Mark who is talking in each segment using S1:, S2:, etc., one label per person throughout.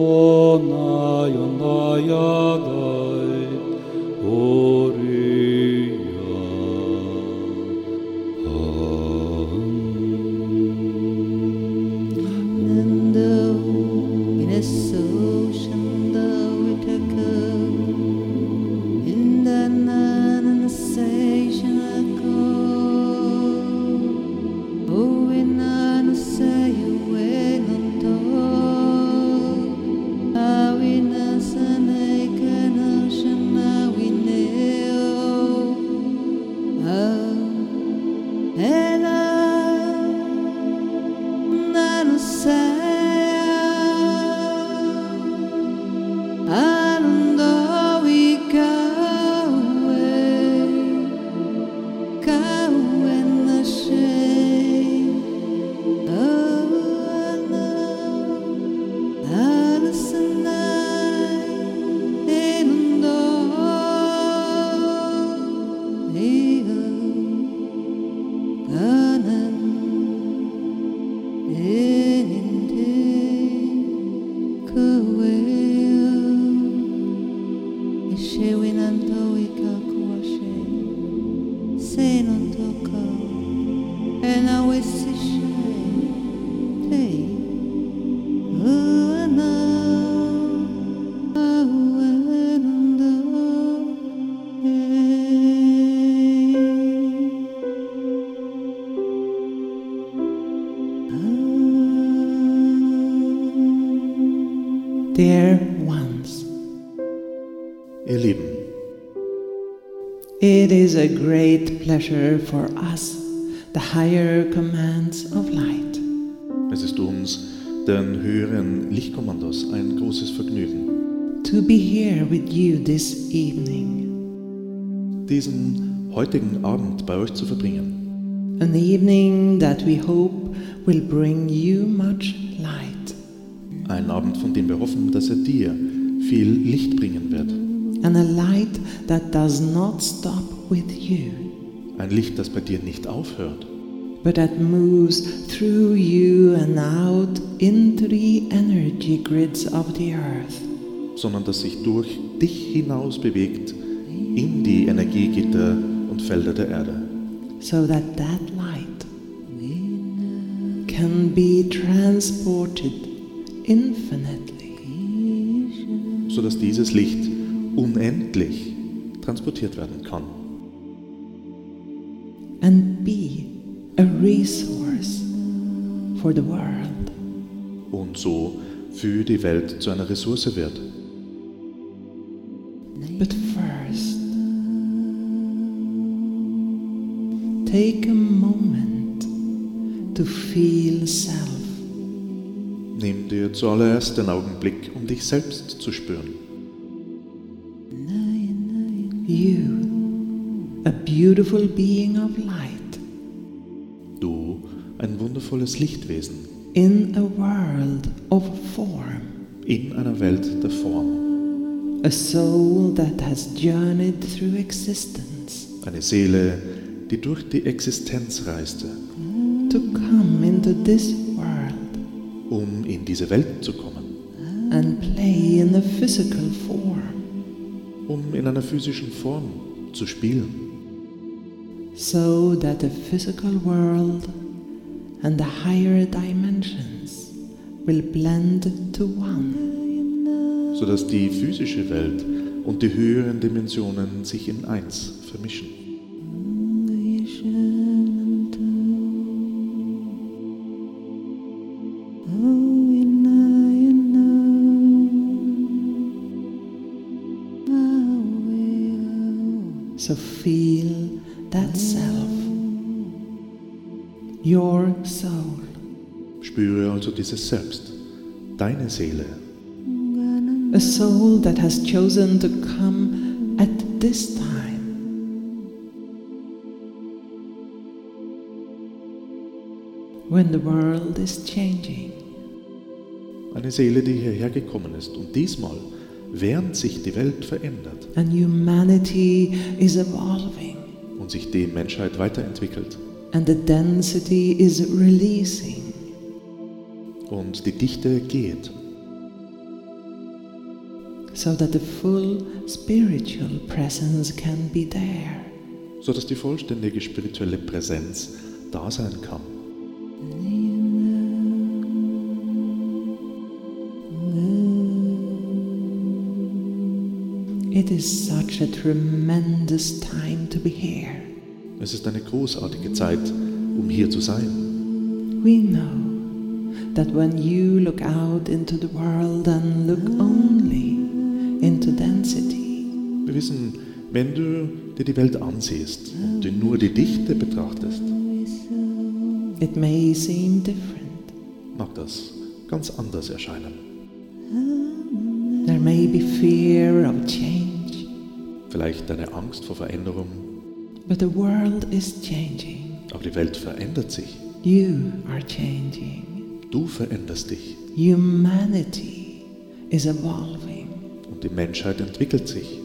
S1: Onai, onai, adai, oria.
S2: And the in a ocean the winter cold in the nun and the station I go Oh in an say away on top Are we nas an aiken ocean are we know Oh Hello I don't say I don't know we go Go in the shade Oh no I don't say don't know Ego Hey.
S3: Dear ones,
S4: Ihr Lieben,
S3: it is a great pleasure for us, the higher commands of light,
S4: es ist uns, den höheren Lichtkommandos, ein großes Vergnügen,
S3: to be here with you this evening.
S4: diesen heutigen Abend bei euch zu verbringen.
S3: An evening that we hope will bring you much light,
S4: Ein Abend, von dem wir hoffen, dass er dir viel Licht bringen wird.
S3: and a light that does not stop with you,
S4: Ein Licht, das bei dir nicht aufhört,
S3: but that moves through you and out into the energy grids of the earth.
S4: sondern das sich durch dich hinaus bewegt in die Energiegitter und Felder der Erde,
S3: so that that light can be transported infinitely
S4: sodass dieses Licht unendlich transportiert werden kann
S3: and be a resource for the world.
S4: und so für die Welt zu einer Ressource wird.
S3: But first, take a moment to feel self,
S4: Nimm dir zuallererst den Augenblick, um dich selbst zu spüren.
S3: you, a beautiful being of light,
S4: Du, ein wundervolles Lichtwesen
S3: in a world of form.
S4: in einer Welt der Form.
S3: A soul that has journeyed through existence
S4: Eine Seele, die durch die Existenz reiste,
S3: to come into this world
S4: um in diese Welt zu kommen,
S3: and play in a physical form
S4: um in einer physischen Form zu spielen,
S3: so that the physical world and the higher dimensions will blend to one.
S4: sodass die physische Welt und die höheren Dimensionen sich in eins vermischen.
S3: So feel that self, your soul,
S4: Spüre also dieses Selbst, deine Seele,
S3: a soul that has chosen to come at this time. When the world is changing,
S4: eine Seele, die hierher gekommen ist und diesmal, während sich die Welt verändert
S3: and humanity is evolving,
S4: und sich die Menschheit weiterentwickelt,
S3: and the density is releasing,
S4: und die Dichte geht
S3: so that the full spiritual presence can be there.
S4: sodass die vollständige spirituelle Präsenz da sein kann.
S3: It is such a tremendous time to be here.
S4: Es ist eine großartige Zeit, um hier zu sein.
S3: We know that when you look out into the world and look only into density,
S4: Wir wissen, wenn du dir die Welt ansiehst und dir nur die Dichte betrachtest,
S3: it may seem different.
S4: mag das ganz anders erscheinen.
S3: There may be fear of change,
S4: Vielleicht deine Angst vor Veränderung,
S3: but the world is changing.
S4: aber die Welt verändert sich.
S3: You are changing.
S4: Du veränderst dich
S3: Humanity is evolving.
S4: und die Menschheit entwickelt sich.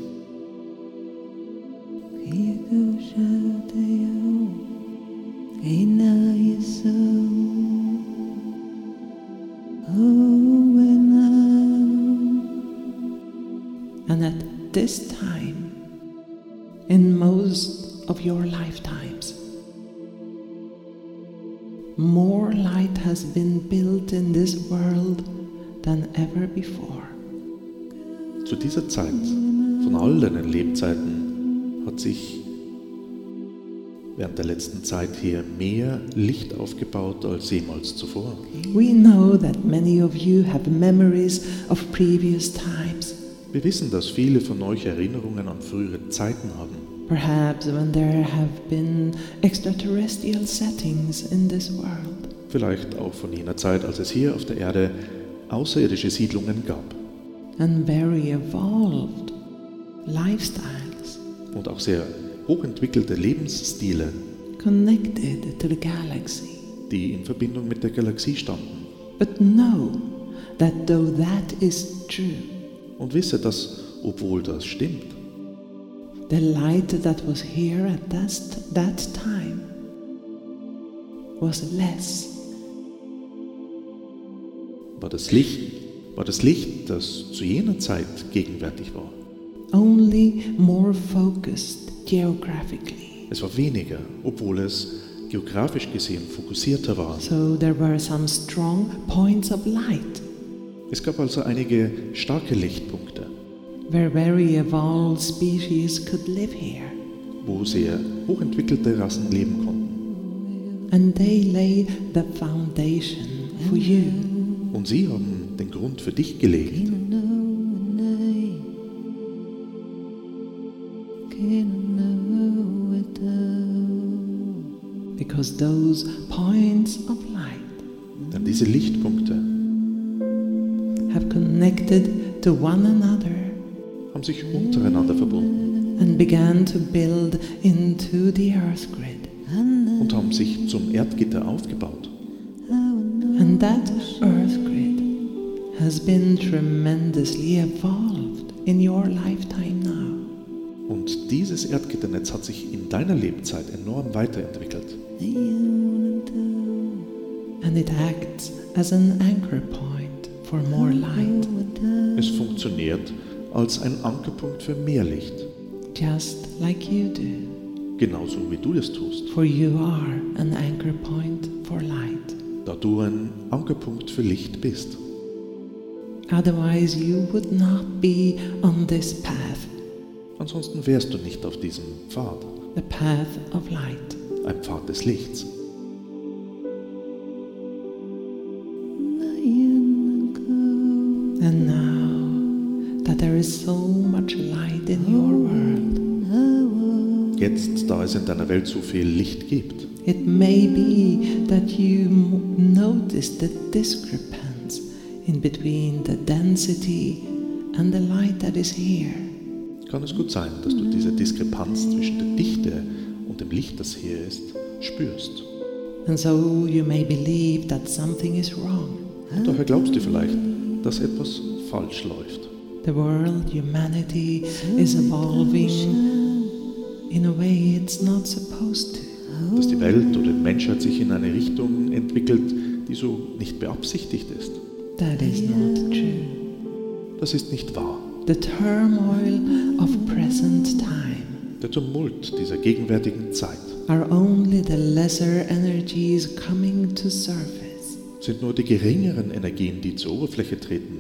S3: And at this time, in most of your lifetimes, more light has been built in this world than ever before.
S4: Zu dieser Zeit, von all deinen Lebzeiten, hat sich während der letzten Zeit hier mehr Licht aufgebaut als jemals zuvor.
S3: We know that many of you have memories of previous times,
S4: Wir wissen, dass viele von euch Erinnerungen an frühere Zeiten haben,
S3: perhaps when there have been extraterrestrial settings in this world.
S4: vielleicht auch von jener Zeit, als es hier auf der Erde außerirdische Siedlungen gab
S3: and very evolved lifestyles
S4: und auch sehr hochentwickelte Lebensstile,
S3: connected to the galaxy.
S4: die in Verbindung mit der Galaxie standen.
S3: But know that though that is true,
S4: Und wisse, dass, obwohl das stimmt,
S3: the light that was here at that, that time was less.
S4: war das Licht, war das Licht, das zu jener Zeit gegenwärtig war.
S3: Only more focused geographically.
S4: Es war weniger, obwohl es geografisch gesehen fokussierter war.
S3: So there were some strong points of light,
S4: Es gab also einige starke Lichtpunkte,
S3: where very evolved species could live here.
S4: wo sehr hochentwickelte Rassen leben konnten.
S3: And they lay the foundation for you.
S4: Und sie haben den Grund für dich gelegt.
S3: Because those points of light
S4: Denn diese Lichtpunkte
S3: have connected to one another
S4: haben sich untereinander verbunden
S3: and began to build into the earth grid.
S4: und haben sich zum Erdgitter aufgebaut.
S3: And that earth grid has been tremendously evolved in your lifetime now.
S4: Und dieses Erdgitternetz hat sich in deiner Lebzeit enorm weiterentwickelt.
S3: And it acts as an anchor point for more light,
S4: Es funktioniert als ein Ankerpunkt für mehr Licht,
S3: just like you do.
S4: genauso wie du es tust.
S3: For you are an anchor point for light.
S4: da du ein Ankerpunkt für Licht bist.
S3: Otherwise, you would not be on this path,
S4: Ansonsten wärst du nicht auf diesem Pfad,
S3: the path of light.
S4: ein Pfad des Lichts.
S3: And now that there is so much light in your world,
S4: Jetzt, da es in deiner Welt so viel Licht gibt,
S3: it may be that you m- notice the discrepance in between the density and the light that is here.
S4: kann es gut sein, dass du diese Diskrepanz zwischen der Dichte und dem Licht, das hier ist, spürst.
S3: And so you may believe that something is wrong.
S4: Und daher glaubst du vielleicht, dass etwas falsch läuft.
S3: The world, humanity is evolving in a way it's not supposed to.
S4: Dass die Welt oder die Menschheit sich in eine Richtung entwickelt, die so nicht beabsichtigt ist.
S3: That is not true.
S4: Das ist nicht wahr.
S3: the turmoil of present time
S4: Der Tumult dieser gegenwärtigen Zeit
S3: are only the lesser energies coming to surface
S4: sind nur die geringeren Energien, die zur Oberfläche treten,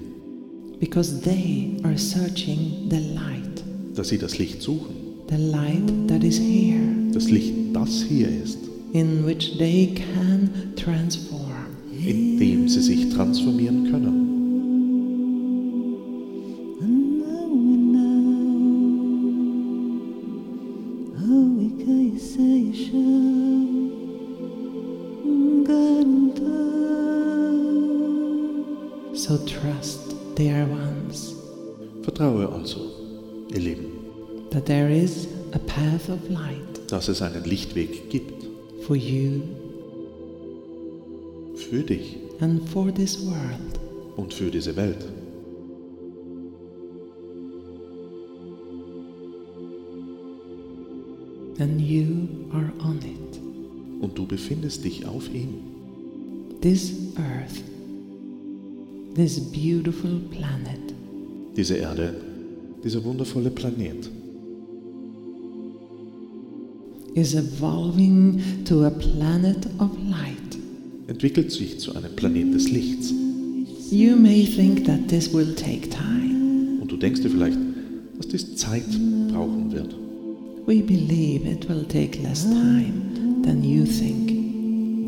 S3: because they are searching the light,
S4: dass sie das Licht suchen.
S3: the light that is here,
S4: Das Licht, das hier ist,
S3: in which they can transform.
S4: in dem sie sich transformieren können.
S3: So trust, dear ones,
S4: Vertraue also, ihr Lieben,
S3: that there is a path of light
S4: dass es einen Lichtweg gibt.
S3: for you
S4: Für dich
S3: and for this world.
S4: und für diese Welt.
S3: and you are on it.
S4: Und du befindest dich auf ihm.
S3: This earth, this beautiful planet,
S4: Diese Erde, dieser wundervolle Planet,
S3: is evolving to a planet of light.
S4: entwickelt sich zu einem Planet des Lichts.
S3: You may think that this will take time.
S4: Und du denkst dir vielleicht, dass dies Zeit brauchen wird.
S3: We believe it will take less time than you think.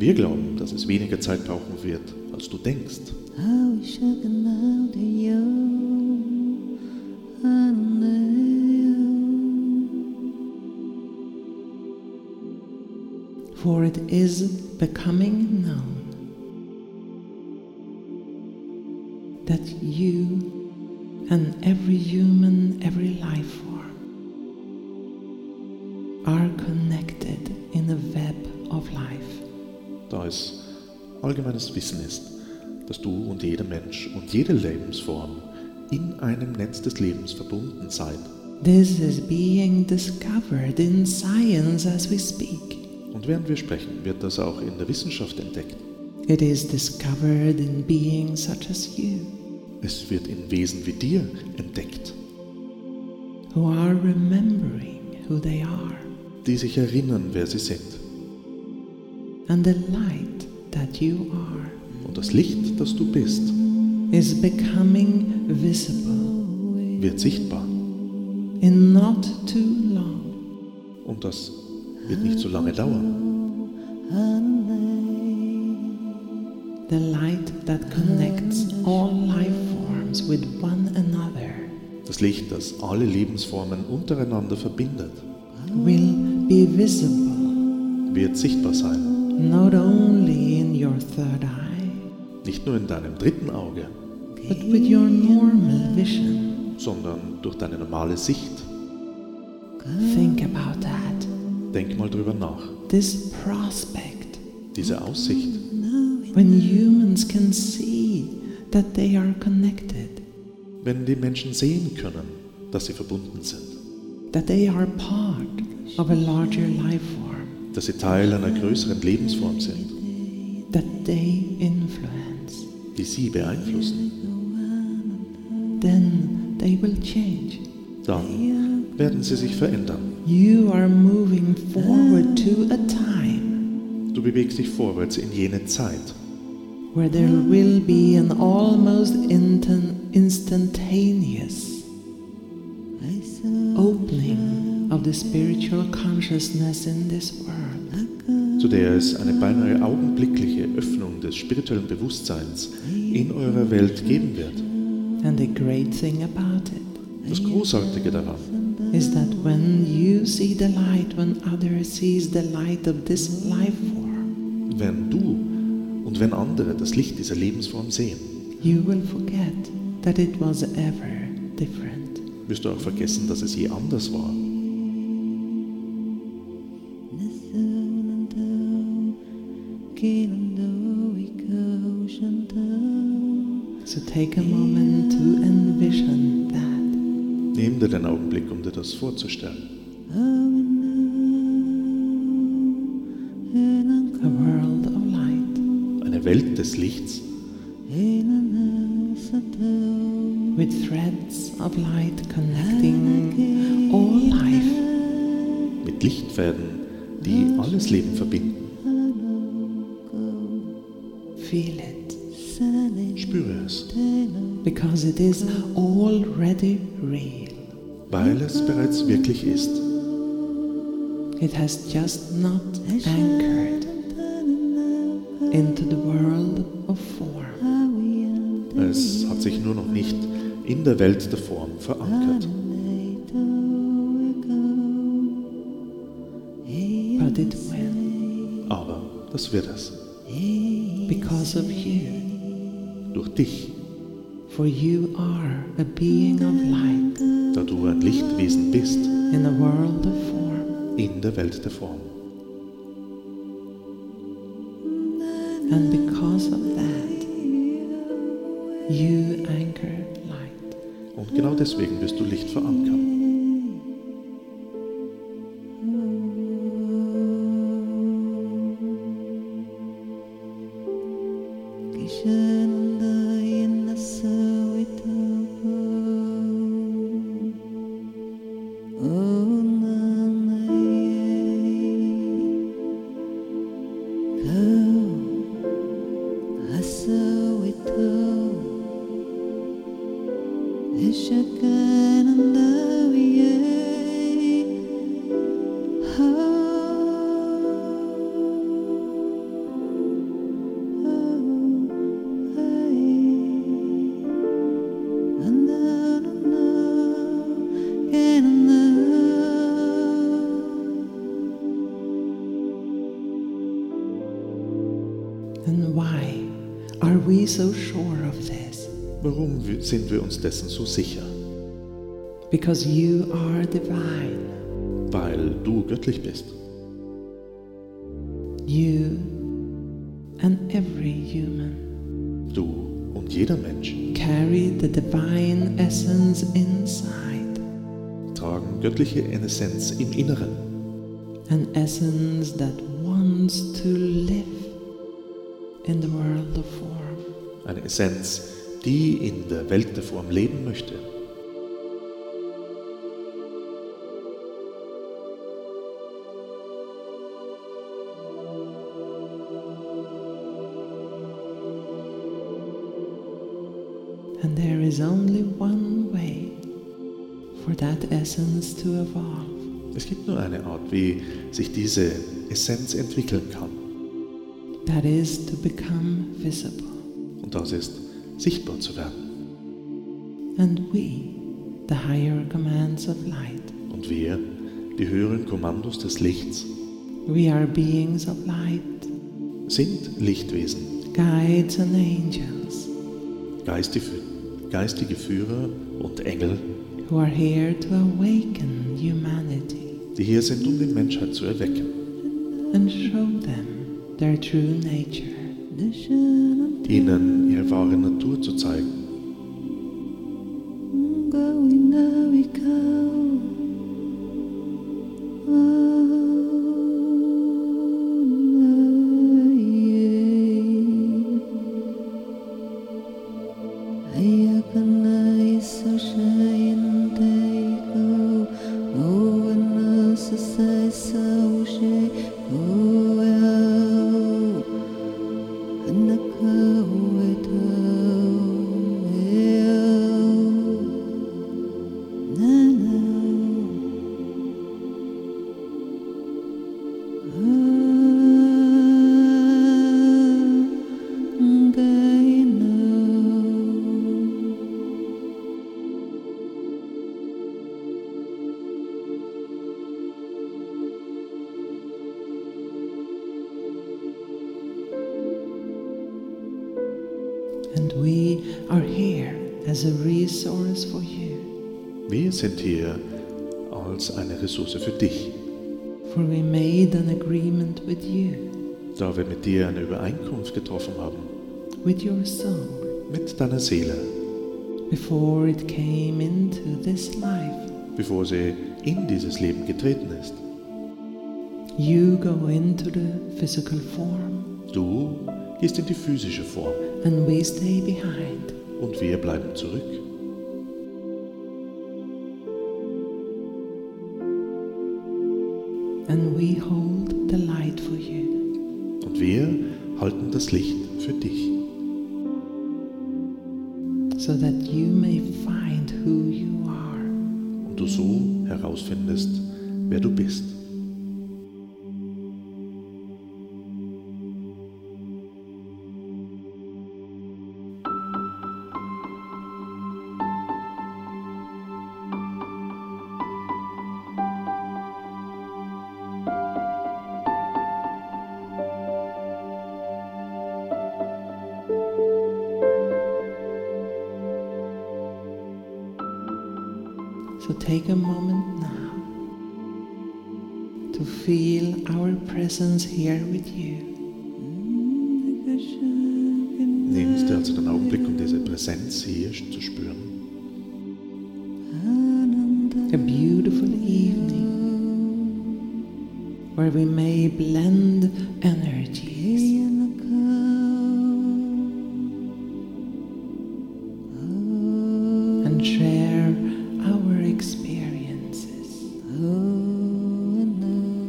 S4: Wir glauben, dass es weniger Zeit brauchen wird, als du denkst.
S2: I wish I could love you and you.
S3: For it is becoming known that you and every human, every life form are connected in a web of life.
S4: Da es allgemeines Wissen ist, dass du und jeder Mensch und jede Lebensform in einem Netz des Lebens verbunden seid.
S3: This is being discovered in science as we speak.
S4: Und während wir sprechen, wird das auch in der Wissenschaft entdeckt.
S3: It is discovered in beings such as you,
S4: Es wird in Wesen wie dir entdeckt,
S3: who are remembering who they are
S4: die sich erinnern, wer sie sind.
S3: and the light that you are.
S4: Und das Licht, das du bist,
S3: is becoming visible
S4: wird sichtbar.
S3: in not too long.
S4: Und das wird nicht so lange dauern.
S3: The light that connects all life forms with one another
S4: Das Licht, das alle Lebensformen untereinander verbindet,
S3: will be visible
S4: wird sichtbar sein.
S3: not only in your third eye,
S4: Nicht nur in deinem dritten Auge,
S3: but with your normal vision.
S4: sondern durch deine normale Sicht.
S3: Think about that.
S4: Denk mal drüber nach.
S3: This prospect,
S4: Diese Aussicht,
S3: when humans can see that they are connected,
S4: wenn die Menschen sehen können, dass sie verbunden sind,
S3: that they are part of a larger life form.
S4: dass sie Teil einer größeren Lebensform sind,
S3: that they influence,
S4: die sie beeinflussen,
S3: then they will change.
S4: dann werden sie sich verändern.
S3: You are moving forward to a time
S4: Du bewegst dich vorwärts in jene Zeit,
S3: where there will be an almost intan- instantaneous
S2: I saw
S3: opening of the spiritual consciousness in this world.
S2: a girl
S4: zu der es eine beinahe augenblickliche Öffnung des spirituellen Bewusstseins in eurer Welt geben wird.
S3: And the great thing about it
S4: Das Großartige daran
S3: is that when you see the light, when others sees the light of this life form,
S4: Wenn du und wenn andere das Licht dieser Lebensform sehen,
S3: you will forget that it was ever different.
S4: wirst du auch vergessen, dass es je anders war.
S3: So take a moment to envision that.
S4: Nimm dir den Augenblick, um dir das vorzustellen.
S3: A world of light
S4: Eine Welt des Lichts,
S3: with threads of light connecting all life.
S4: mit Lichtfäden, die alles Leben verbinden.
S3: Feel it,
S4: Spüre es,
S3: because it is already real.
S4: weil es bereits wirklich ist.
S3: It has just not anchored into the world of form.
S4: Es hat sich nur noch nicht in der Welt der Form verankert,
S3: But it will,
S4: aber das wird es.
S3: because of you.
S4: Durch dich,
S3: For you are a being of light
S4: da du ein Lichtwesen bist,
S3: in a world of form.
S4: in der Welt der Form.
S3: And because of that, you anchor light.
S4: Und genau deswegen bist du Licht verankert.
S2: Oh,
S3: And why are we so sure of this?
S4: Warum wi- sind wir uns dessen so sicher?
S3: Because you are divine.
S4: Weil du göttlich bist.
S3: You and every human
S4: Du und jeder Mensch
S3: carry the divine essence inside,
S4: tragen göttliche Essenz im Inneren,
S3: an essence that wants to live in the world of form.
S4: eine Essenz, die in der Welt der Form leben möchte.
S3: And there is only one way for that essence to evolve,
S4: Es gibt nur eine Art, wie sich diese Essenz entwickeln kann.
S3: that is to become visible.
S4: Und das ist, sichtbar zu werden.
S3: And we, the higher commands of light,
S4: Und wir, die höheren Kommandos des Lichts,
S3: we are beings of light,
S4: sind Lichtwesen,
S3: guides and angels
S4: geistige, geistige Führer und Engel,
S3: who are here to awaken humanity
S4: die hier sind, um die Menschheit zu erwecken,
S3: and show them their true nature.
S4: ihnen ihre wahre Natur zu zeigen.
S3: And we are here as a resource for you,
S4: Wir sind hier als eine Ressource für dich,
S3: for we made an agreement with you,
S4: da wir mit dir eine Übereinkunft getroffen haben,
S3: with your soul.
S4: mit deiner Seele,
S3: before it came into this life.
S4: bevor sie in dieses Leben getreten ist.
S3: You go into the physical form
S4: Du gehst in die physische Form
S3: and we stay behind.
S4: und wir bleiben zurück.
S3: and we hold the light for you.
S4: Und wir halten das Licht für dich,
S3: so that you may find who you are.
S4: und du so herausfindest, wer du bist.
S3: So take a moment now to feel our presence here with you.
S4: Nimmst dir also den Augenblick, um diese Präsenz hier zu spüren.
S3: A beautiful evening where we may blend energies and share our experiences.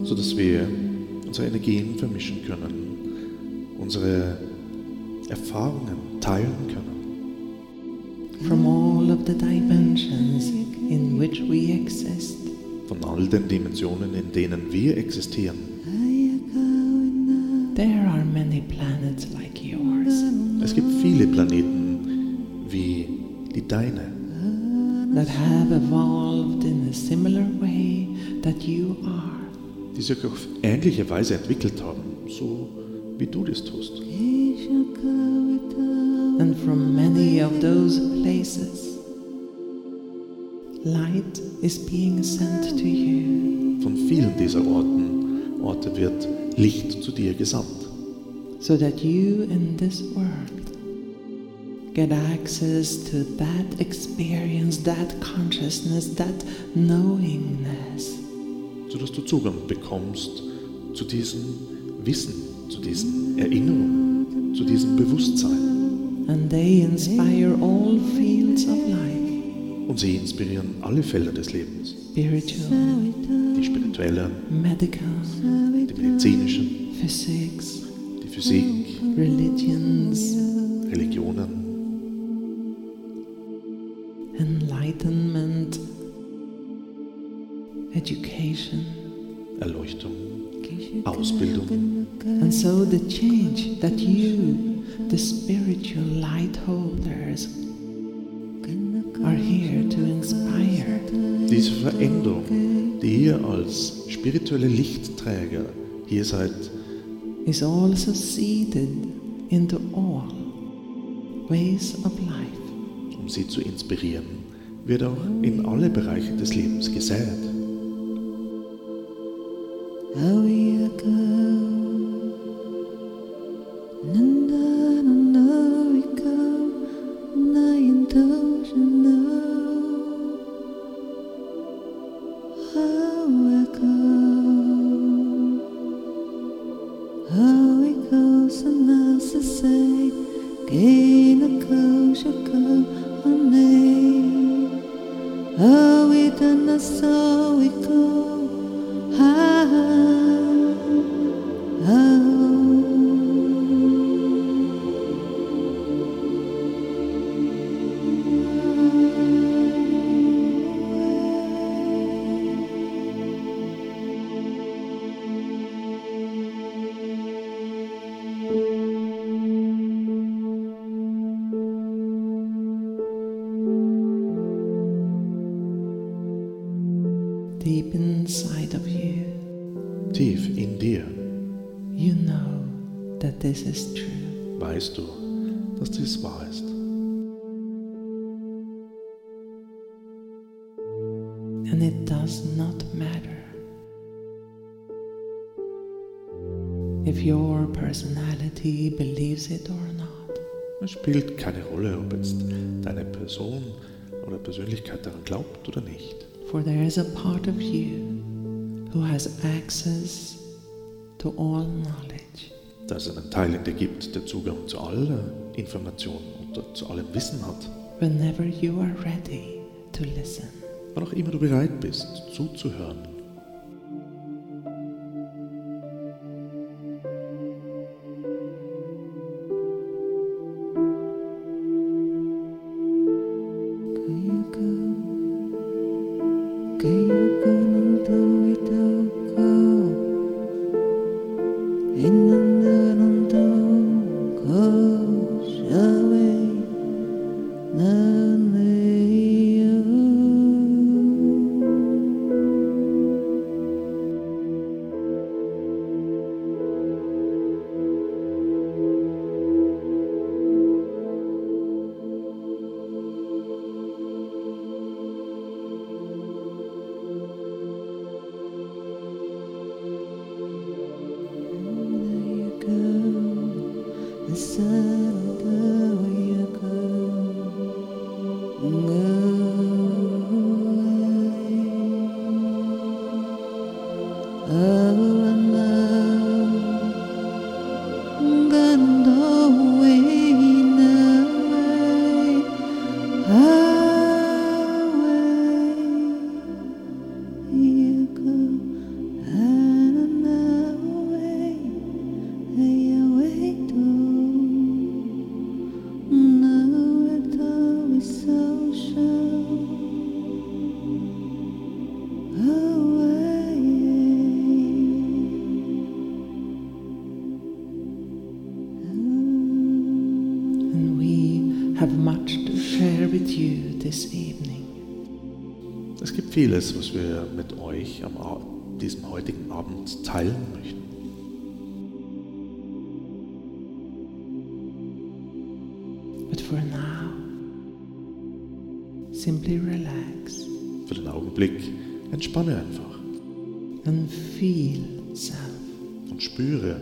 S4: sodass wir unsere Energien vermischen können, unsere Erfahrungen teilen können
S3: from all of the dimensions in which we exist.
S4: von all den Dimensionen, in denen wir existieren.
S3: There are many planets like yours
S4: Es gibt viele Planeten wie die deine,
S3: that have evolved in a similar way that you are.
S4: die sich auf ähnliche Weise entwickelt haben, so wie du das tust.
S3: And from many of those places, light is being sent to you
S4: Von vielen dieser Orten, Orte wird Licht zu dir gesandt,
S3: so that you in this world get access to that experience, that consciousness, that knowingness.
S4: sodass du Zugang bekommst zu diesem Wissen, zu diesen Erinnerungen, zu diesem Bewusstsein.
S3: and they inspire all fields of life
S4: Und sie inspirieren alle Felder des Lebens.
S3: spiritual,
S4: Die spirituellen,
S3: medical,
S4: die medizinischen,
S3: physics,
S4: die Physik,
S3: religions,
S4: Religionen,
S3: enlightenment, education.
S4: Erleuchtung, Ausbildung.
S3: And so the change that you, the spiritual light holders, are here to inspire
S4: Diese Veränderung, die ihr als spirituelle Lichtträger hier seid,
S3: is also seeded into all ways of life.
S4: um sie zu inspirieren, wird auch in alle Bereiche des Lebens gesät.
S2: Oh, we done the so we go.
S3: Deep inside of you,
S4: Tief in dir
S3: you know that this is true.
S4: weißt du, dass dies wahr ist.
S3: And it does not matter if your personality believes it or not.
S4: Es spielt keine Rolle, ob jetzt deine Person oder Persönlichkeit daran glaubt oder nicht.
S3: For there is a part of you who has access to all knowledge.
S4: Da es einen Teil in dir gibt, der Zugang zu aller Information und zu allem Wissen hat,
S3: Whenever you are ready to listen,
S4: wann auch immer du bereit bist, zuzuhören.
S2: Keiko no tui tauko Enanda no tauko Shawe nane iau Away.
S3: And we have much to share with you this evening.
S4: Es gibt vieles, was wir mit euch am Au- diesem heutigen Abend teilen möchten.
S3: But for now, simply relax
S4: Für den Augenblick entspanne einfach
S3: and feel self.
S4: und spüre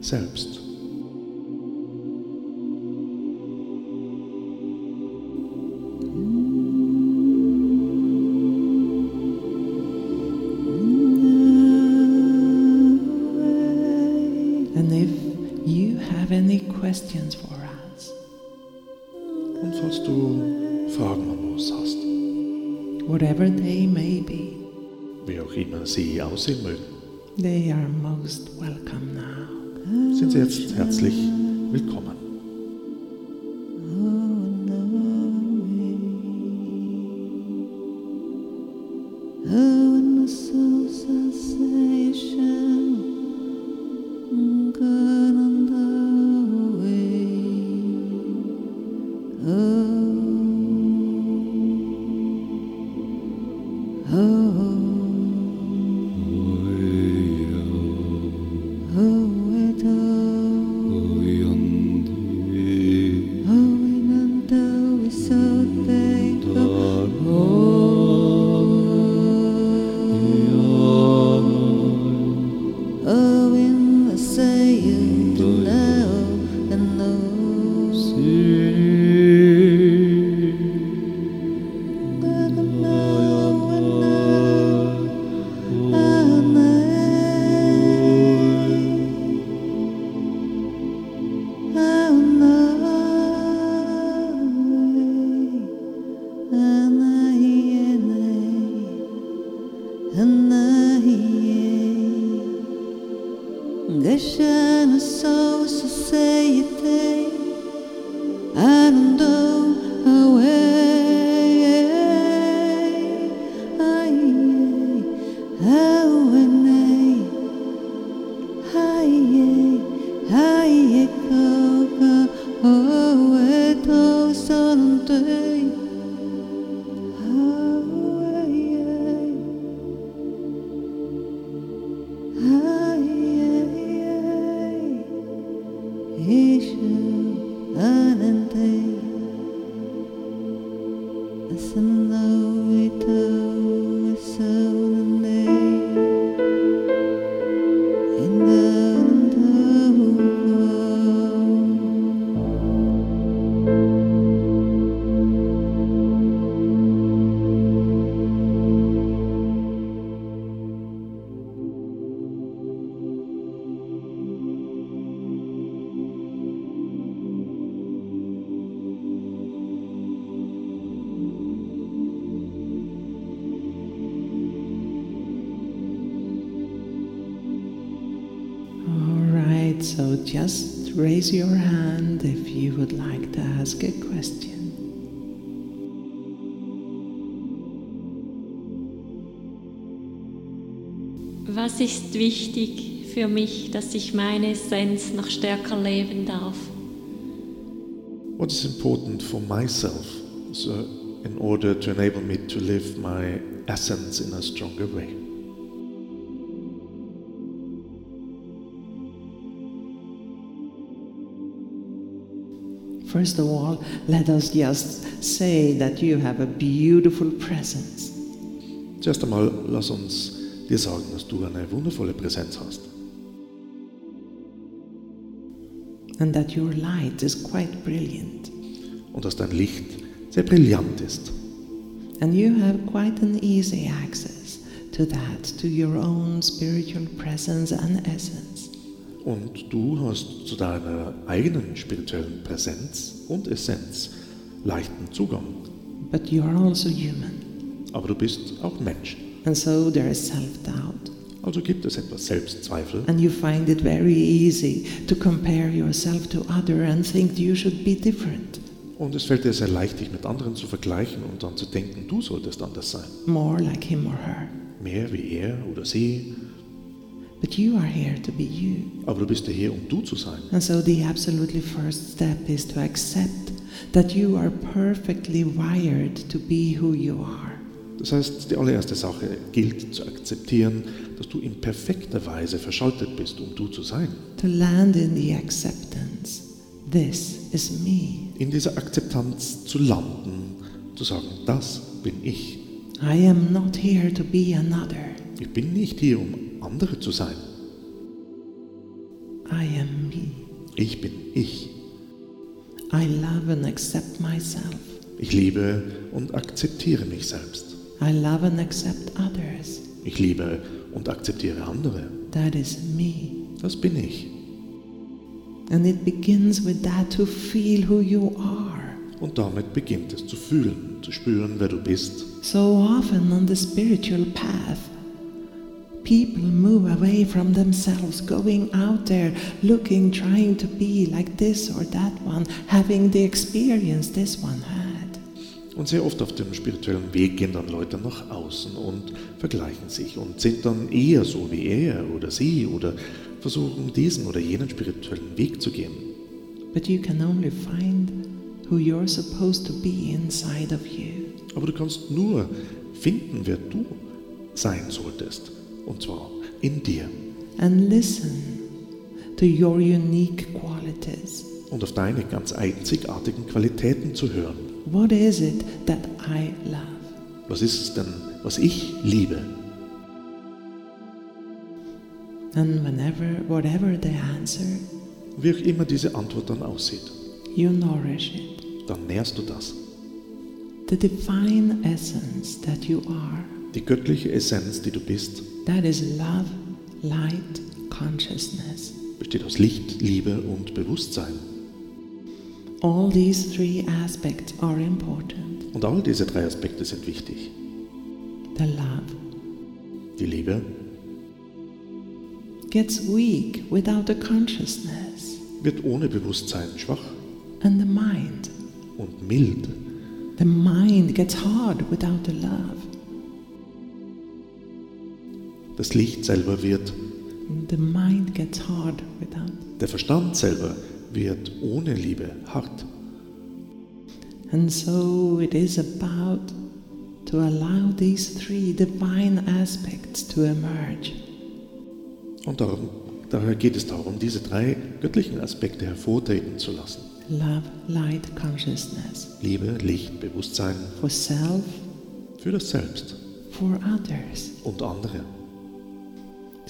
S4: selbst.
S3: And if you have any questions for us,
S4: Und falls du Fragen an uns hast,
S3: whatever they may be,
S4: wie auch immer sie aussehen mögen,
S3: they are most welcome now.
S4: sind sie jetzt herzlich willkommen.
S2: Oh, in the saying, the now and those Gashana so society I don't know away I how and I Haie, haie koka, o e tō sanatei. Haie, haie, Ishu anantei. Asano i tō sanatei.
S3: All right, so just raise your hand if you would like to ask a question.
S5: Was ist wichtig für mich, dass ich meine Essenz noch stärker leben darf?
S4: What is important for myself so in order to enable me to live my essence in a stronger way?
S3: First of all, let us just say that you have a beautiful presence.
S4: Zuerst einmal lass uns dir sagen, dass du eine wundervolle Präsenz hast
S3: and that your light is quite brilliant
S4: und dass dein Licht sehr brillant ist
S3: and you have quite an easy access to that to your own spiritual presence and essence
S4: und du hast zu deiner eigenen spirituellen Präsenz und Essenz leichten Zugang.
S3: but you are also human
S4: Aber du bist auch Mensch,
S3: and so there is self-doubt
S4: also gibt es etwas Selbstzweifel
S3: and you find it very easy to compare yourself to other and think you should be different
S4: und es fällt dir sehr leicht, dich mit anderen zu vergleichen und dann zu denken, du solltest anders sein.
S3: more like him or her
S4: Mehr wie er oder sie,
S3: but you are here to be you
S4: aber du bist ja hier, um du zu sein.
S3: and so the absolutely first step is to accept that you are perfectly wired to be who you are
S4: Das heißt, die allererste Sache gilt zu akzeptieren, dass du in perfekter Weise verschaltet bist, um du zu sein.
S3: to land in the acceptance. This is me.
S4: In dieser Akzeptanz zu landen, zu sagen, das bin ich.
S3: I am not here to be another.
S4: Ich bin nicht hier, um andere zu sein.
S3: I am me.
S4: Ich bin ich.
S3: I love and accept myself.
S4: Ich liebe und akzeptiere mich selbst.
S3: I love and accept others.
S4: Ich liebe und akzeptiere andere.
S3: That is me.
S4: Das bin ich.
S3: And it begins with that to feel who you are.
S4: Und damit beginnt es zu fühlen, zu spüren, wer du bist.
S3: So often on the spiritual path, people move away from themselves, going out there, looking, trying to be like this or that one, having the experience this one had.
S4: Und sehr oft auf dem spirituellen Weg gehen dann Leute nach außen und vergleichen sich und sind dann eher so wie er oder sie oder versuchen diesen oder jenen spirituellen Weg zu gehen.
S3: But you can only find who you're supposed to be inside of you.
S4: Aber du kannst nur finden, wer du sein solltest. Und zwar in dir
S3: And listen to your unique qualities.
S4: und auf deine ganz einzigartigen Qualitäten zu hören.
S3: What is it that I love?
S4: Was ist es denn, was ich liebe?
S3: And whenever, whatever the answer,
S4: Wie auch immer diese Antwort dann aussieht,
S3: you nourish it.
S4: dann nährst du das.
S3: The divine essence that you are.
S4: Die göttliche Essenz, die du bist,
S3: That is love, light, consciousness.
S4: besteht aus Licht, Liebe und Bewusstsein.
S3: All these three aspects are important
S4: Und all diese drei Aspekte sind wichtig.
S3: the love.
S4: Die Liebe
S3: gets weak without the consciousness
S4: wird ohne Bewusstsein schwach
S3: and the mind.
S4: und mild.
S3: The mind gets hard without the love.
S4: Das Licht selber wird,
S3: The mind gets hard without.
S4: der Verstand selber wird ohne Liebe hart.
S3: And so it is about to allow these three divine aspects to emerge.
S4: Und darum, daher geht es darum, diese drei göttlichen Aspekte hervortreten zu lassen.
S3: Love, light, consciousness.
S4: Liebe, Licht, Bewusstsein
S3: For self,
S4: für das Selbst
S3: for others.
S4: und andere.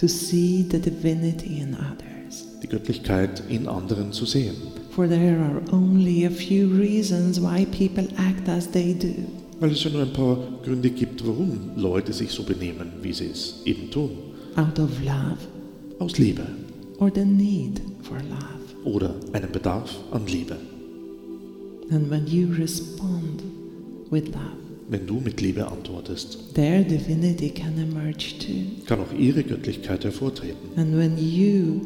S3: To see the divinity in others.
S4: Die Göttlichkeit in anderen zu sehen.
S3: For there are only a few reasons why people act as they do.
S4: Weil es ja nur ein paar Gründe gibt, warum Leute sich so benehmen, wie sie es eben tun.
S3: Out of love,
S4: Aus Liebe
S3: or the need for love.
S4: oder einem Bedarf an Liebe.
S3: And when you respond with love,
S4: Wenn du mit Liebe antwortest,
S3: their divinity can emerge too.
S4: kann auch ihre Göttlichkeit hervortreten.
S3: And when you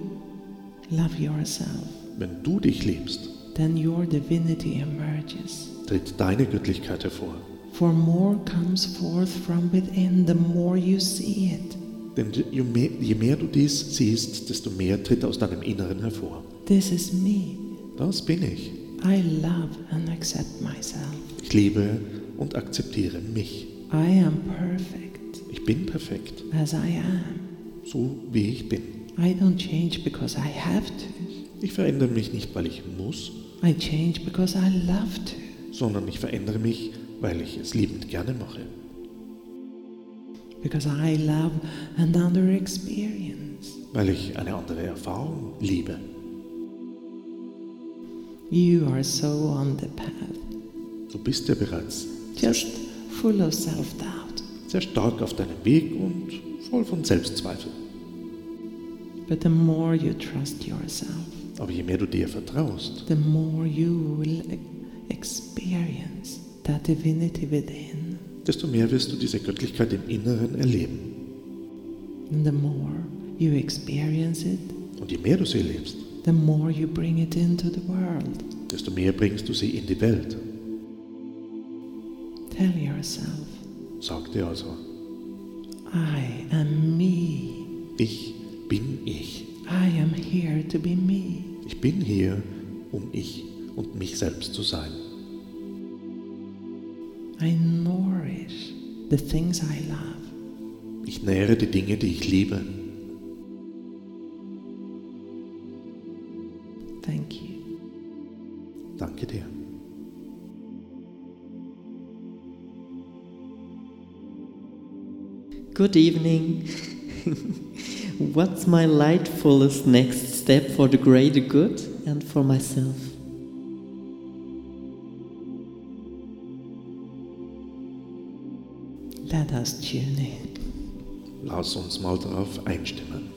S3: love yourself,
S4: Wenn du dich liebst,
S3: then your divinity emerges.
S4: tritt deine Göttlichkeit hervor.
S3: For more comes forth from within the more you see it.
S4: Denn je mehr, je mehr du dies siehst, desto mehr tritt aus deinem Inneren hervor.
S3: This is me.
S4: Das bin ich.
S3: I love and accept myself.
S4: Ich liebe und akzeptiere mich.
S3: I am perfect
S4: Ich bin perfekt,
S3: as I am.
S4: so wie ich bin.
S3: I don't change because I have to.
S4: Ich verändere mich nicht, weil ich muss,
S3: I change because I love to.
S4: sondern ich verändere mich, weil ich es liebend gerne mache.
S3: Because I love another experience.
S4: Weil ich eine andere Erfahrung liebe.
S3: You are so on the path,
S4: Du bist ja bereits
S3: just full of self doubt.
S4: sehr stark auf deinem Weg und voll von Selbstzweifel.
S3: But the more you trust yourself,
S4: Aber je mehr du dir vertraust,
S3: the more you will e- experience that divinity within.
S4: desto mehr wirst du diese Göttlichkeit im Inneren erleben.
S3: And the more you experience it,
S4: Und je mehr du sie erlebst,
S3: the more you bring it into the world.
S4: desto mehr bringst du sie in die Welt.
S3: Tell yourself,
S4: Sag dir also,
S3: I am me.
S4: ich bin ich.
S3: I am here to be me.
S4: Ich bin hier, um ich und mich selbst zu sein.
S3: I nourish the things I love.
S4: Ich nähere die Dinge, die ich liebe.
S3: Thank you.
S4: Danke dir.
S6: Good evening. What's my lightfulest next step for the greater good and for myself?
S3: Let us tune in.
S4: Lass uns mal darauf einstimmen.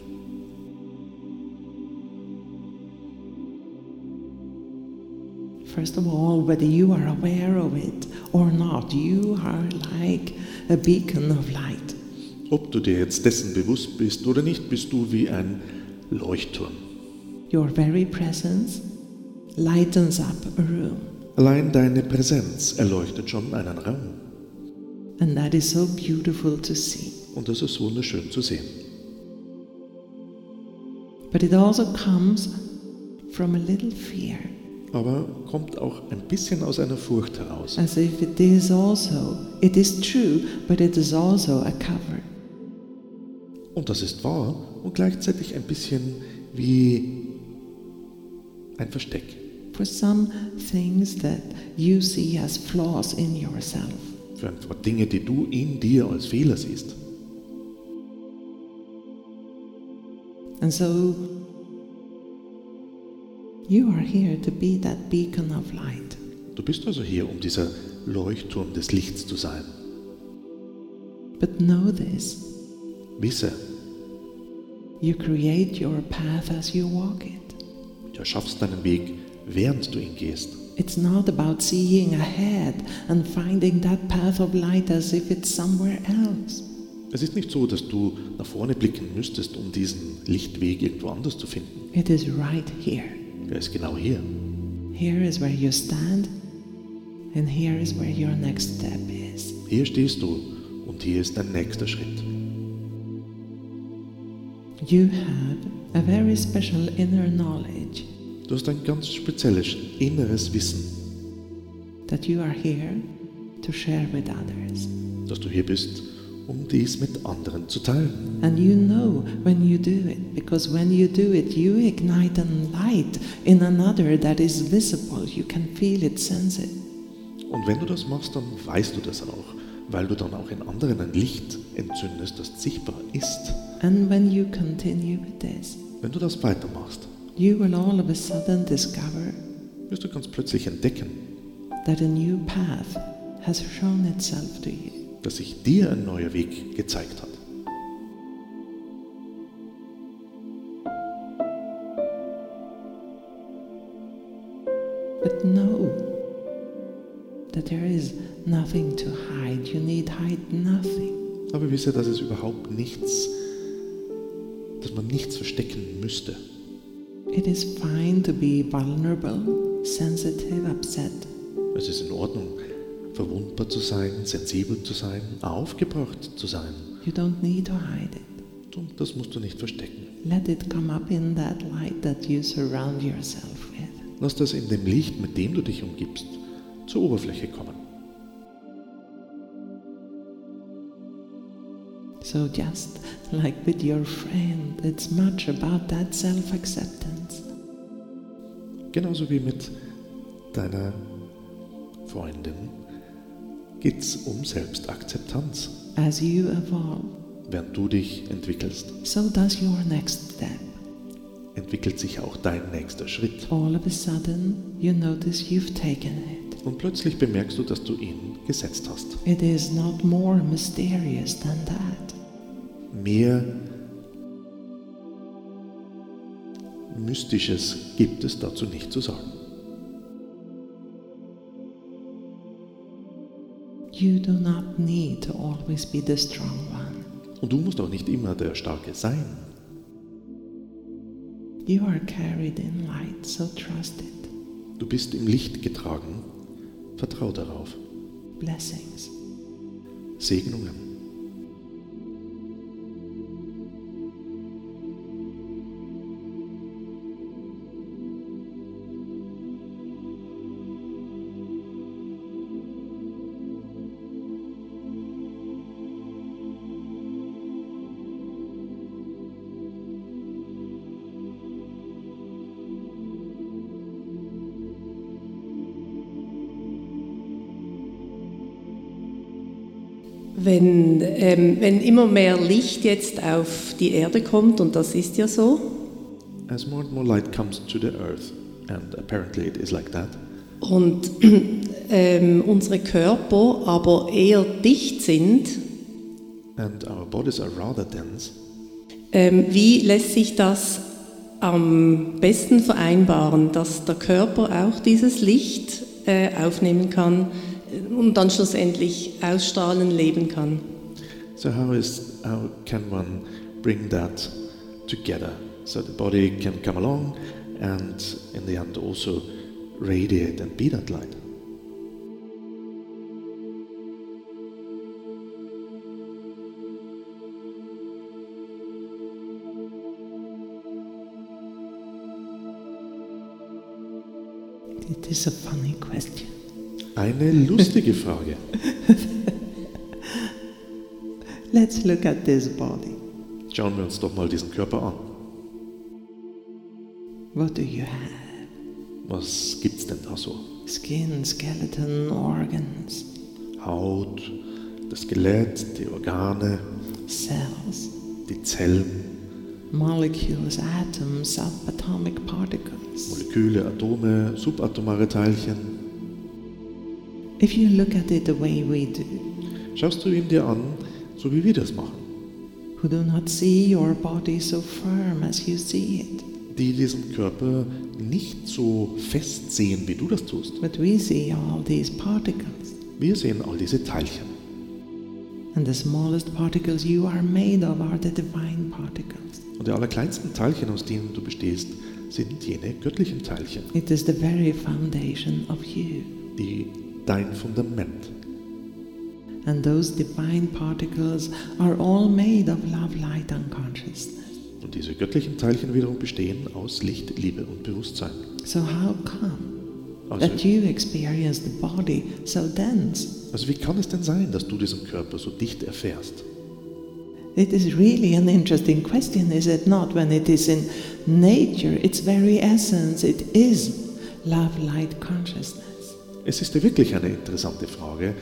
S3: First of all, whether you are aware of it or not, you are like a beacon of light.
S4: Ob du dir jetzt dessen bewusst bist oder nicht, bist du wie ein Leuchtturm.
S3: Your very presence lightens up a room,
S4: Allein deine Präsenz erleuchtet schon einen Raum.
S3: and that is so beautiful to see.
S4: Und das ist wunderschön zu sehen.
S3: But it also comes from a little fear,
S4: Aber kommt auch ein bisschen aus einer Furcht heraus.
S3: as if it is also, it is true, but it is also a cover.
S4: Und das ist wahr und gleichzeitig ein bisschen wie ein Versteck.
S3: For some things that you see as flaws in yourself,
S4: Für ein paar Dinge, die du in dir als Fehler siehst.
S3: And so you are here to be that beacon of light.
S4: Du bist also hier, um dieser Leuchtturm des Lichts zu sein.
S3: But know this
S4: Wisse,
S3: you create your path as you walk it.
S4: du erschaffst deinen Weg, während du ihn gehst.
S3: It's not about seeing ahead and finding that path of light as if it's somewhere else.
S4: Es ist nicht so, dass du nach vorne blicken müsstest, um diesen Lichtweg irgendwo anders zu finden.
S3: It is right here.
S4: Er ist genau hier.
S3: Here is where you stand, and here is where your next step is.
S4: Hier stehst du und hier ist dein nächster Schritt.
S3: You have a very special inner knowledge
S4: Du hast ein ganz spezielles inneres Wissen,
S3: that you are here to share with others.
S4: dass du hier bist, um dies mit anderen zu teilen.
S3: And you know when you do it, because when you do it, you ignite a light in another that is visible. You can feel it, sense it.
S4: Und wenn du das machst, dann weißt du das auch, weil du dann auch in anderen ein Licht entzündest, das sichtbar ist.
S3: And when you continue with this,
S4: Wenn du das weitermachst,
S3: you will all of a sudden discover
S4: wirst du ganz plötzlich entdecken,
S3: that a new path has shown itself to you.
S4: dass sich dir ein neuer Weg gezeigt hat.
S3: But know that there is nothing to hide. You need hide nothing.
S4: Aber wisse, dass es überhaupt nichts, dass man nichts verstecken müsste.
S3: It is fine to be vulnerable, sensitive, upset.
S4: Es ist in Ordnung, verwundbar zu sein, sensibel zu sein, aufgebracht zu sein.
S3: You don't need to hide it.
S4: Und das musst du nicht verstecken.
S3: Let it come up in that light that you surround yourself with.
S4: Lass das in dem Licht, mit dem du dich umgibst, zur Oberfläche kommen.
S3: So, just like with your friend, it's much about that self acceptance.
S4: Genauso wie mit deiner Freundin geht es um Selbstakzeptanz.
S3: As you evolve,
S4: Während du dich entwickelst,
S3: so does your next step.
S4: entwickelt sich auch dein nächster Schritt.
S3: All of a sudden, you notice you've taken
S4: Und plötzlich bemerkst du, dass du ihn gesetzt hast.
S3: it. It is not more mysterious than that.
S4: Mehr Mystisches gibt es dazu nicht zu sagen.
S3: You do not need to always be the strong one.
S4: Und du musst auch nicht immer der Starke sein.
S3: You are carried in light, so trust it.
S4: Du bist im Licht getragen. Vertrau darauf.
S3: Blessings.
S4: Segnungen.
S7: Wenn, ähm, wenn immer mehr Licht jetzt auf die Erde kommt, und das ist ja so,
S4: As more and more light comes to the earth, and apparently it is like that,
S7: und ähm, unsere Körper aber eher dicht sind,
S4: and our bodies are rather dense,
S7: ähm, wie lässt sich das am besten vereinbaren, dass der Körper auch dieses Licht äh, aufnehmen kann äh, und dann schlussendlich ausstrahlen, leben kann?
S4: so how is how can one bring that together so the body can come along and in the end also radiate and be that light?
S3: It is a funny question.
S4: Eine lustige Frage.
S3: Let's look at this body.
S4: Schauen wir uns doch mal diesen Körper an.
S3: What do you have?
S4: Was gibt's denn da so?
S3: Skin, skeleton, organs,
S4: Haut, das Skelett, die Organe,
S3: cells,
S4: die Zellen,
S3: molecules, atoms, subatomic particles.
S4: Moleküle, Atome, subatomare Teilchen.
S3: If you look at it the way we do,
S4: Schaust du ihn dir an, so wie wir das machen,
S3: who do not see your body so firm as you see it,
S4: die diesen Körper nicht so fest sehen, wie du das tust.
S3: but we see all these particles.
S4: Wir sehen all diese Teilchen.
S3: And the smallest particles you are made of are the divine particles.
S4: Und die allerkleinsten Teilchen, aus denen du bestehst, sind jene göttlichen Teilchen,
S3: It is the very foundation of you.
S4: die dein Fundament.
S3: And those divine particles are all made of love, light, and consciousness.
S4: Und diese göttlichen Teilchen wiederum bestehen aus Licht, Liebe und Bewusstsein.
S3: So, how come
S4: Also,
S3: that you experience the body so dense?
S4: also wie kann es denn sein, dass du diesen Körper so dicht erfährst?
S3: It is really an interesting question, is it not? When it is in nature, its very essence, it is love, light, consciousness.
S4: Es ist ja wirklich eine interessante Frage,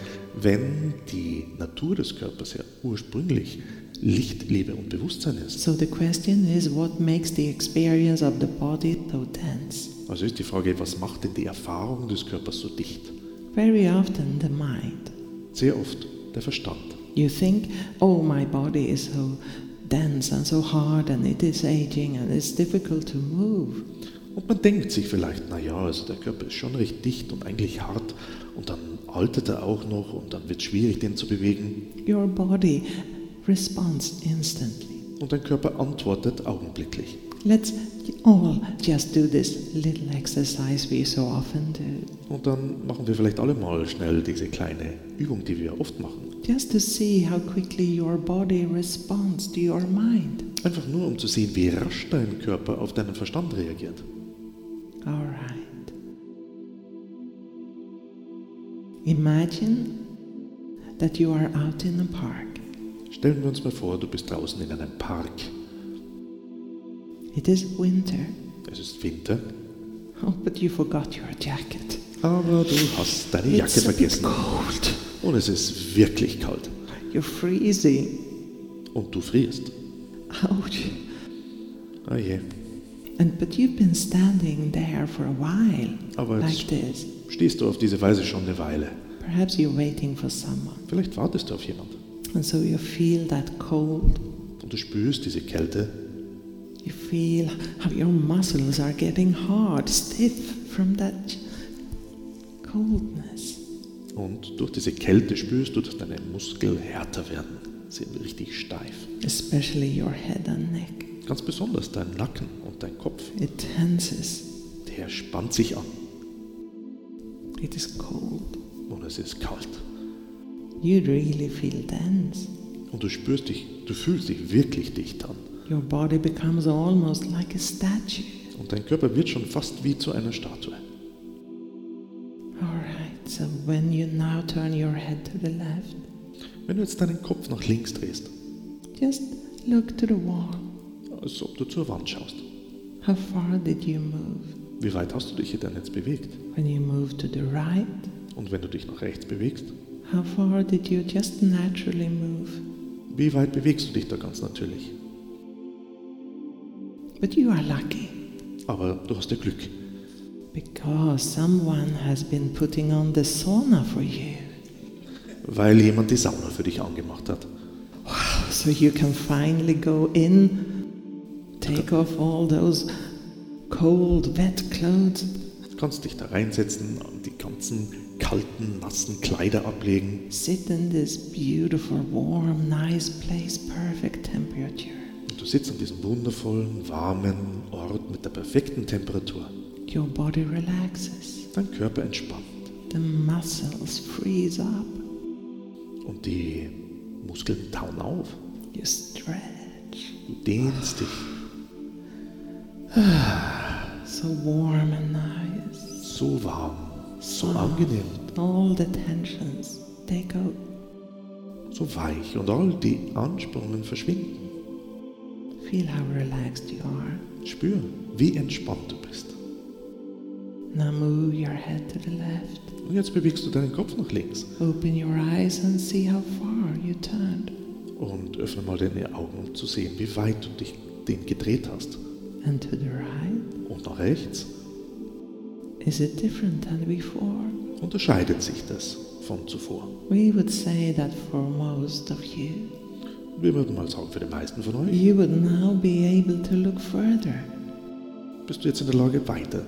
S4: wenn die Natur des Körpers ja ursprünglich Licht, Liebe und Bewusstsein ist.
S3: So, the question is what makes the experience of the body so dense?
S4: Also ist die Frage, was macht denn die Erfahrung des Körpers so dicht?
S3: Very often, the mind.
S4: Sehr oft der Verstand.
S3: You think, oh, my body is so dense and so hard and it is aging and it's difficult to move.
S4: Und man denkt sich vielleicht, naja, also der Körper ist schon recht dicht und eigentlich hart und dann altert er auch noch und dann wird es schwierig, den zu bewegen.
S3: Your body responds instantly.
S4: Und dein Körper antwortet augenblicklich.
S3: Let's all just do this little exercise we so often do,
S4: Und dann machen wir vielleicht alle mal schnell diese kleine Übung, die wir oft machen.
S3: just to see how quickly your body responds to your mind.
S4: Einfach nur, um zu sehen, wie rasch dein Körper auf deinen Verstand reagiert.
S3: All right. Imagine that you are out in a park.
S4: Stellen wir uns mal vor, du bist draußen in einem Park.
S3: It is winter.
S4: Es ist Winter,
S3: Oh, but you forgot your jacket.
S4: aber du hast deine
S3: It's
S4: Jacke
S3: a bit
S4: vergessen. Und es ist wirklich kalt.
S3: You're freezing.
S4: Und du frierst.
S3: Ouch.
S4: Ah je.
S3: And but you've been standing there for a while,
S4: Aber
S3: like
S4: jetzt
S3: this.
S4: stehst du auf diese Weise schon eine Weile.
S3: Perhaps you're waiting for someone,
S4: Vielleicht wartest du auf jemand.
S3: and so you feel that cold.
S4: Und du spürst diese Kälte.
S3: You feel how your muscles are getting hard, stiff from that ch- coldness.
S4: Und durch diese Kälte spürst du, dass deine Muskeln härter werden. Sie sind richtig steif.
S3: Especially your head and neck.
S4: Ganz besonders dein Nacken und dein Kopf.
S3: It tenses.
S4: Der spannt sich an.
S3: It is cold.
S4: Und es ist kalt.
S3: You really feel tense.
S4: Und du spürst dich, du fühlst dich wirklich dicht an.
S3: Your body becomes almost like a statue.
S4: Und dein Körper wird schon fast wie zu einer Statue.
S3: All right, so when you now turn your head to the left,
S4: Wenn du jetzt deinen Kopf nach links drehst,
S3: just look to the wall.
S4: als ob du zur Wand schaust.
S3: How far did you move?
S4: Wie weit hast du dich hier denn jetzt bewegt?
S3: When you move to the right,
S4: Und wenn du dich nach rechts bewegst,
S3: how far did you just naturally move?
S4: wie weit bewegst du dich da ganz natürlich?
S3: But you are lucky
S4: Aber du hast ja Glück,
S3: because someone has been putting on the sauna for you.
S4: weil jemand die Sauna für dich angemacht hat.
S3: So you can finally go in, take off all those cold, wet clothes,
S4: Du kannst dich da reinsetzen, die ganzen kalten, nassen Kleider ablegen
S3: Sit in this beautiful, warm, nice place, perfect temperature.
S4: und du sitzt an diesem wundervollen, warmen Ort mit der perfekten Temperatur.
S3: Your body relaxes,
S4: Dein Körper entspannt
S3: the muscles freeze up,
S4: und die Muskeln tauen auf.
S3: you stretch.
S4: Du dehnst dich
S3: So warm and nice.
S4: so warm, so angenehm,
S3: All the tensions, they go.
S4: so weich und all die Anspannungen verschwinden.
S3: Feel how relaxed you are.
S4: Spür, wie entspannt du bist.
S3: Now move your head to the left.
S4: Und jetzt bewegst du deinen Kopf nach links
S3: Open your eyes and see how far you turned.
S4: und öffne mal deine Augen, um zu sehen, wie weit du dich den gedreht hast.
S3: And to the right,
S4: Und nach rechts
S3: is it different than before?
S4: unterscheidet sich das von zuvor.
S3: We would say that for most of you,
S4: Wir würden mal sagen, für die meisten von euch
S3: You would now be able to look further.
S4: bist du jetzt in der Lage, weiter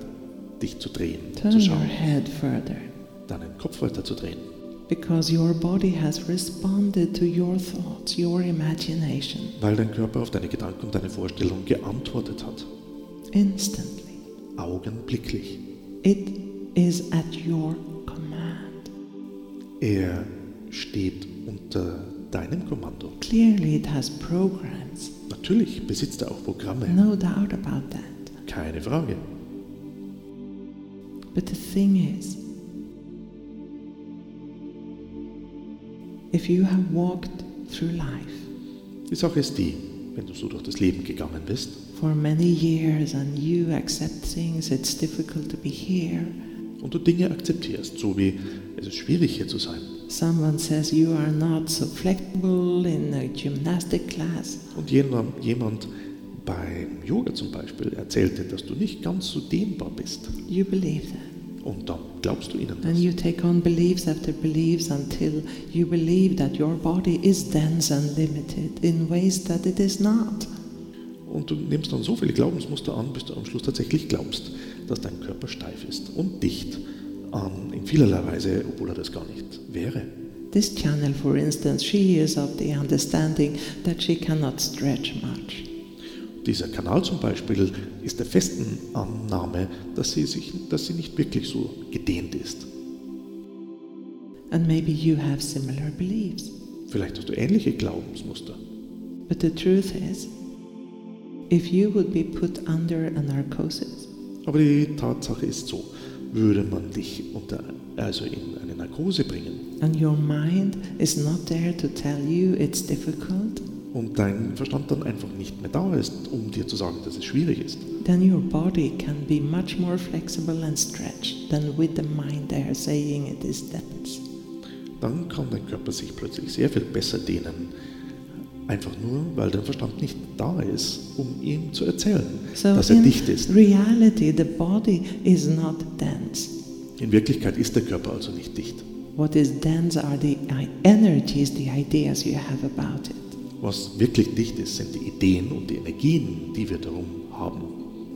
S4: dich zu drehen,
S3: Turn
S4: zu
S3: your
S4: schauen,
S3: head further
S4: deinen Kopf weiter zu drehen,
S3: because your body has responded to your thoughts, your imagination
S4: weil dein Körper auf deine Gedanken und deine Vorstellungen geantwortet hat.
S3: instantly.
S4: Augenblicklich.
S3: It is at your command.
S4: Er steht unter deinem Kommando.
S3: Clearly, it has programs,
S4: Natürlich besitzt er auch Programme,
S3: no doubt about that.
S4: keine Frage.
S3: But the thing is, if you have walked through life
S4: Die Sache ist die, wenn du so durch das Leben gegangen bist
S3: for many years and you accept things, it's difficult to be here.
S4: und du Dinge akzeptierst, so wie es ist schwierig hier zu sein
S3: Someone says you are not so flexible in a gymnastic class.
S4: und jemand, jemand beim Yoga zum Beispiel erzählt dir, dass du nicht ganz so dehnbar bist
S3: You believe that.
S4: und dann glaubst du ihnen
S3: And
S4: das
S3: you take on beliefs after beliefs until you believe that your body is dense and limited in ways that it is not.
S4: und du nimmst dann so viele Glaubensmuster an, bis du am Schluss tatsächlich glaubst, dass dein Körper steif ist und dicht ähm, in vielerlei Weise, obwohl er das gar nicht wäre.
S3: This channel, for instance, she is of the understanding that she cannot stretch much.
S4: Dieser Kanal zum Beispiel ist der festen Annahme, dass sie, sich, dass sie nicht wirklich so gedehnt ist.
S3: And maybe you have similar beliefs.
S4: Vielleicht hast du ähnliche Glaubensmuster.
S3: But the truth is, if you would be put under a narcosis,
S4: Aber die Tatsache ist so, würde man dich unter, also in eine Narkose bringen
S3: and your mind is not there to tell you it's difficult,
S4: und dein Verstand dann einfach nicht mehr da ist, um dir zu sagen, dass es schwierig ist,
S3: then your body can be much more flexible and stretched than with the mind there saying it is dense.
S4: dann kann dein Körper sich plötzlich sehr viel besser dehnen. Einfach nur, weil dein Verstand nicht da ist, um ihm zu erzählen,
S3: So
S4: dass er
S3: in
S4: dicht ist.
S3: reality, the body is not dense.
S4: In Wirklichkeit ist der Körper also nicht dicht.
S3: What is dense are the i- energies, the ideas you have about it.
S4: Was wirklich dicht ist, sind die Ideen und die Energien, die wir darum haben.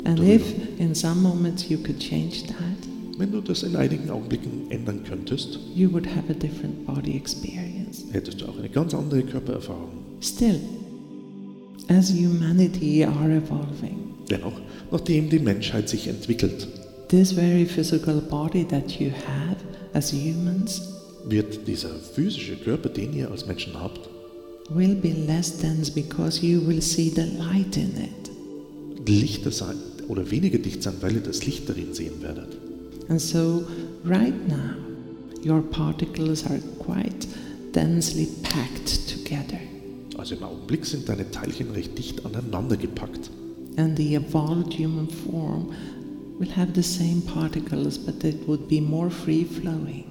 S3: And
S4: Darüber.
S3: if in some moments you could change that,
S4: Wenn du das in einigen Augenblicken ändern könntest,
S3: you would have a different body experience.
S4: hättest du auch eine ganz andere Körpererfahrung.
S3: Still, as humanity are evolving,
S4: Dennoch, nachdem die Menschheit sich entwickelt,
S3: this very physical body that you have as humans
S4: wird dieser physische Körper, den ihr als Menschen habt,
S3: will be less dense because you will see the light in it.
S4: lichter sein oder weniger dicht sein, weil ihr das Licht darin sehen werdet.
S3: And so, right now, your particles are quite densely packed together.
S4: Also im Augenblick sind deine Teilchen recht dicht aneinander gepackt.
S3: And the evolved human form will have the same particles, but it would be more free flowing.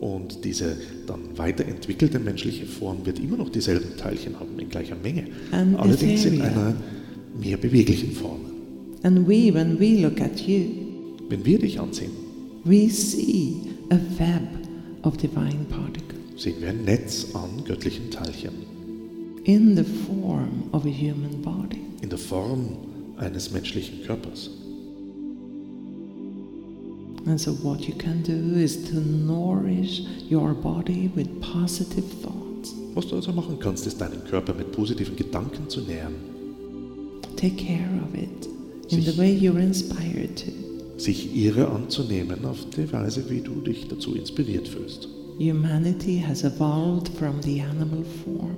S4: Und diese dann weiterentwickelte menschliche Form wird immer noch dieselben Teilchen haben in gleicher Menge,
S3: An
S4: allerdings in
S3: ethereal.
S4: einer mehr beweglichen Form.
S3: And we, when we look at you,
S4: Wenn wir dich ansehen,
S3: we see a web of divine particles
S4: sehen wir ein Netz an göttlichen Teilchen
S3: in the form of a human body.
S4: in der Form eines menschlichen Körpers.
S3: And so, what you can do is to nourish your body with positive thoughts.
S4: Was du also machen kannst, ist deinen Körper mit positiven Gedanken zu nähern,
S3: Take care of it in the
S4: Sich-
S3: way you're inspired to.
S4: sich ihrer anzunehmen auf die Weise, wie du dich dazu inspiriert fühlst.
S3: Humanity has evolved from the animal form,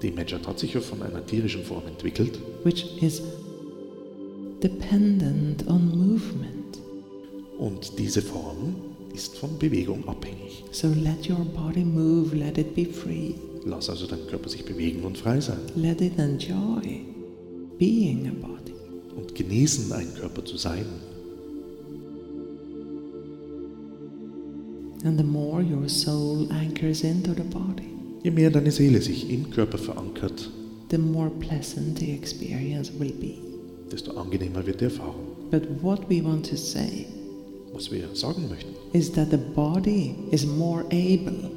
S4: Die Menschheit hat sich ja von einer tierischen Form entwickelt,
S3: which is dependent on movement.
S4: Und diese Form ist von Bewegung abhängig.
S3: So, let your body move, let it be free,
S4: Lass also deinen Körper sich bewegen und frei sein
S3: let it enjoy being a body.
S4: und genießen, ein Körper zu sein.
S3: And the more your soul anchors into the body,
S4: Je mehr deine Seele sich im Körper verankert,
S3: the more pleasant the experience will be.
S4: desto angenehmer wird die Erfahrung.
S3: But what we want to say
S4: Was wir sagen möchten,
S3: is that the body is more able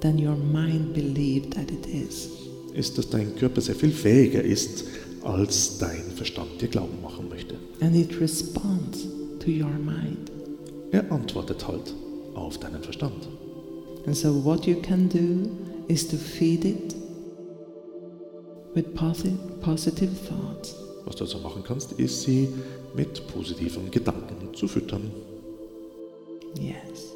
S3: than your mind believed that it is.
S4: ist, dass dein Körper sehr viel fähiger ist, als dein Verstand dir Glauben machen möchte.
S3: And it responds to your mind.
S4: Er antwortet halt auf deinen Verstand.
S3: And so, what you can do is to feed it with posi- positive thoughts.
S4: Was du also machen kannst, ist sie mit positiven Gedanken zu füttern.
S3: Yes.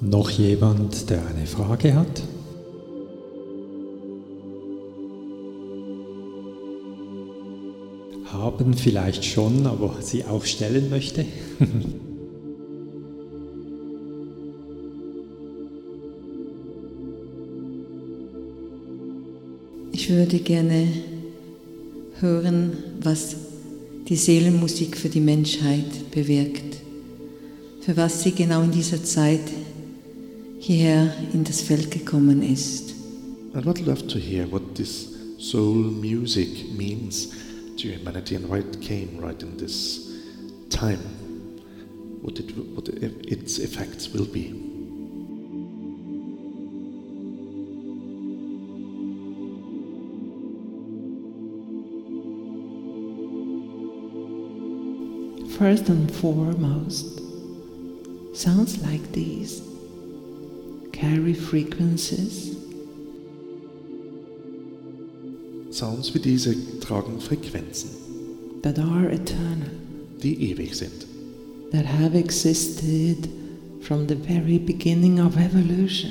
S1: Noch jemand, der eine Frage hat? Haben vielleicht schon, aber sie auch stellen möchte?
S2: Ich würde gerne hören, was die Seelenmusik für die Menschheit bewirkt, für was sie genau in dieser Zeit hierher in das Feld gekommen ist.
S4: I'd would love to hear what this soul music means to humanity and why it came right in this time. What, it, what its effects will be.
S3: first and foremost sounds like these carry frequencies
S4: Sounds wie diese tragen Frequenzen,
S3: that are eternal,
S4: die ewig sind,
S3: that have existed from the very beginning of evolution.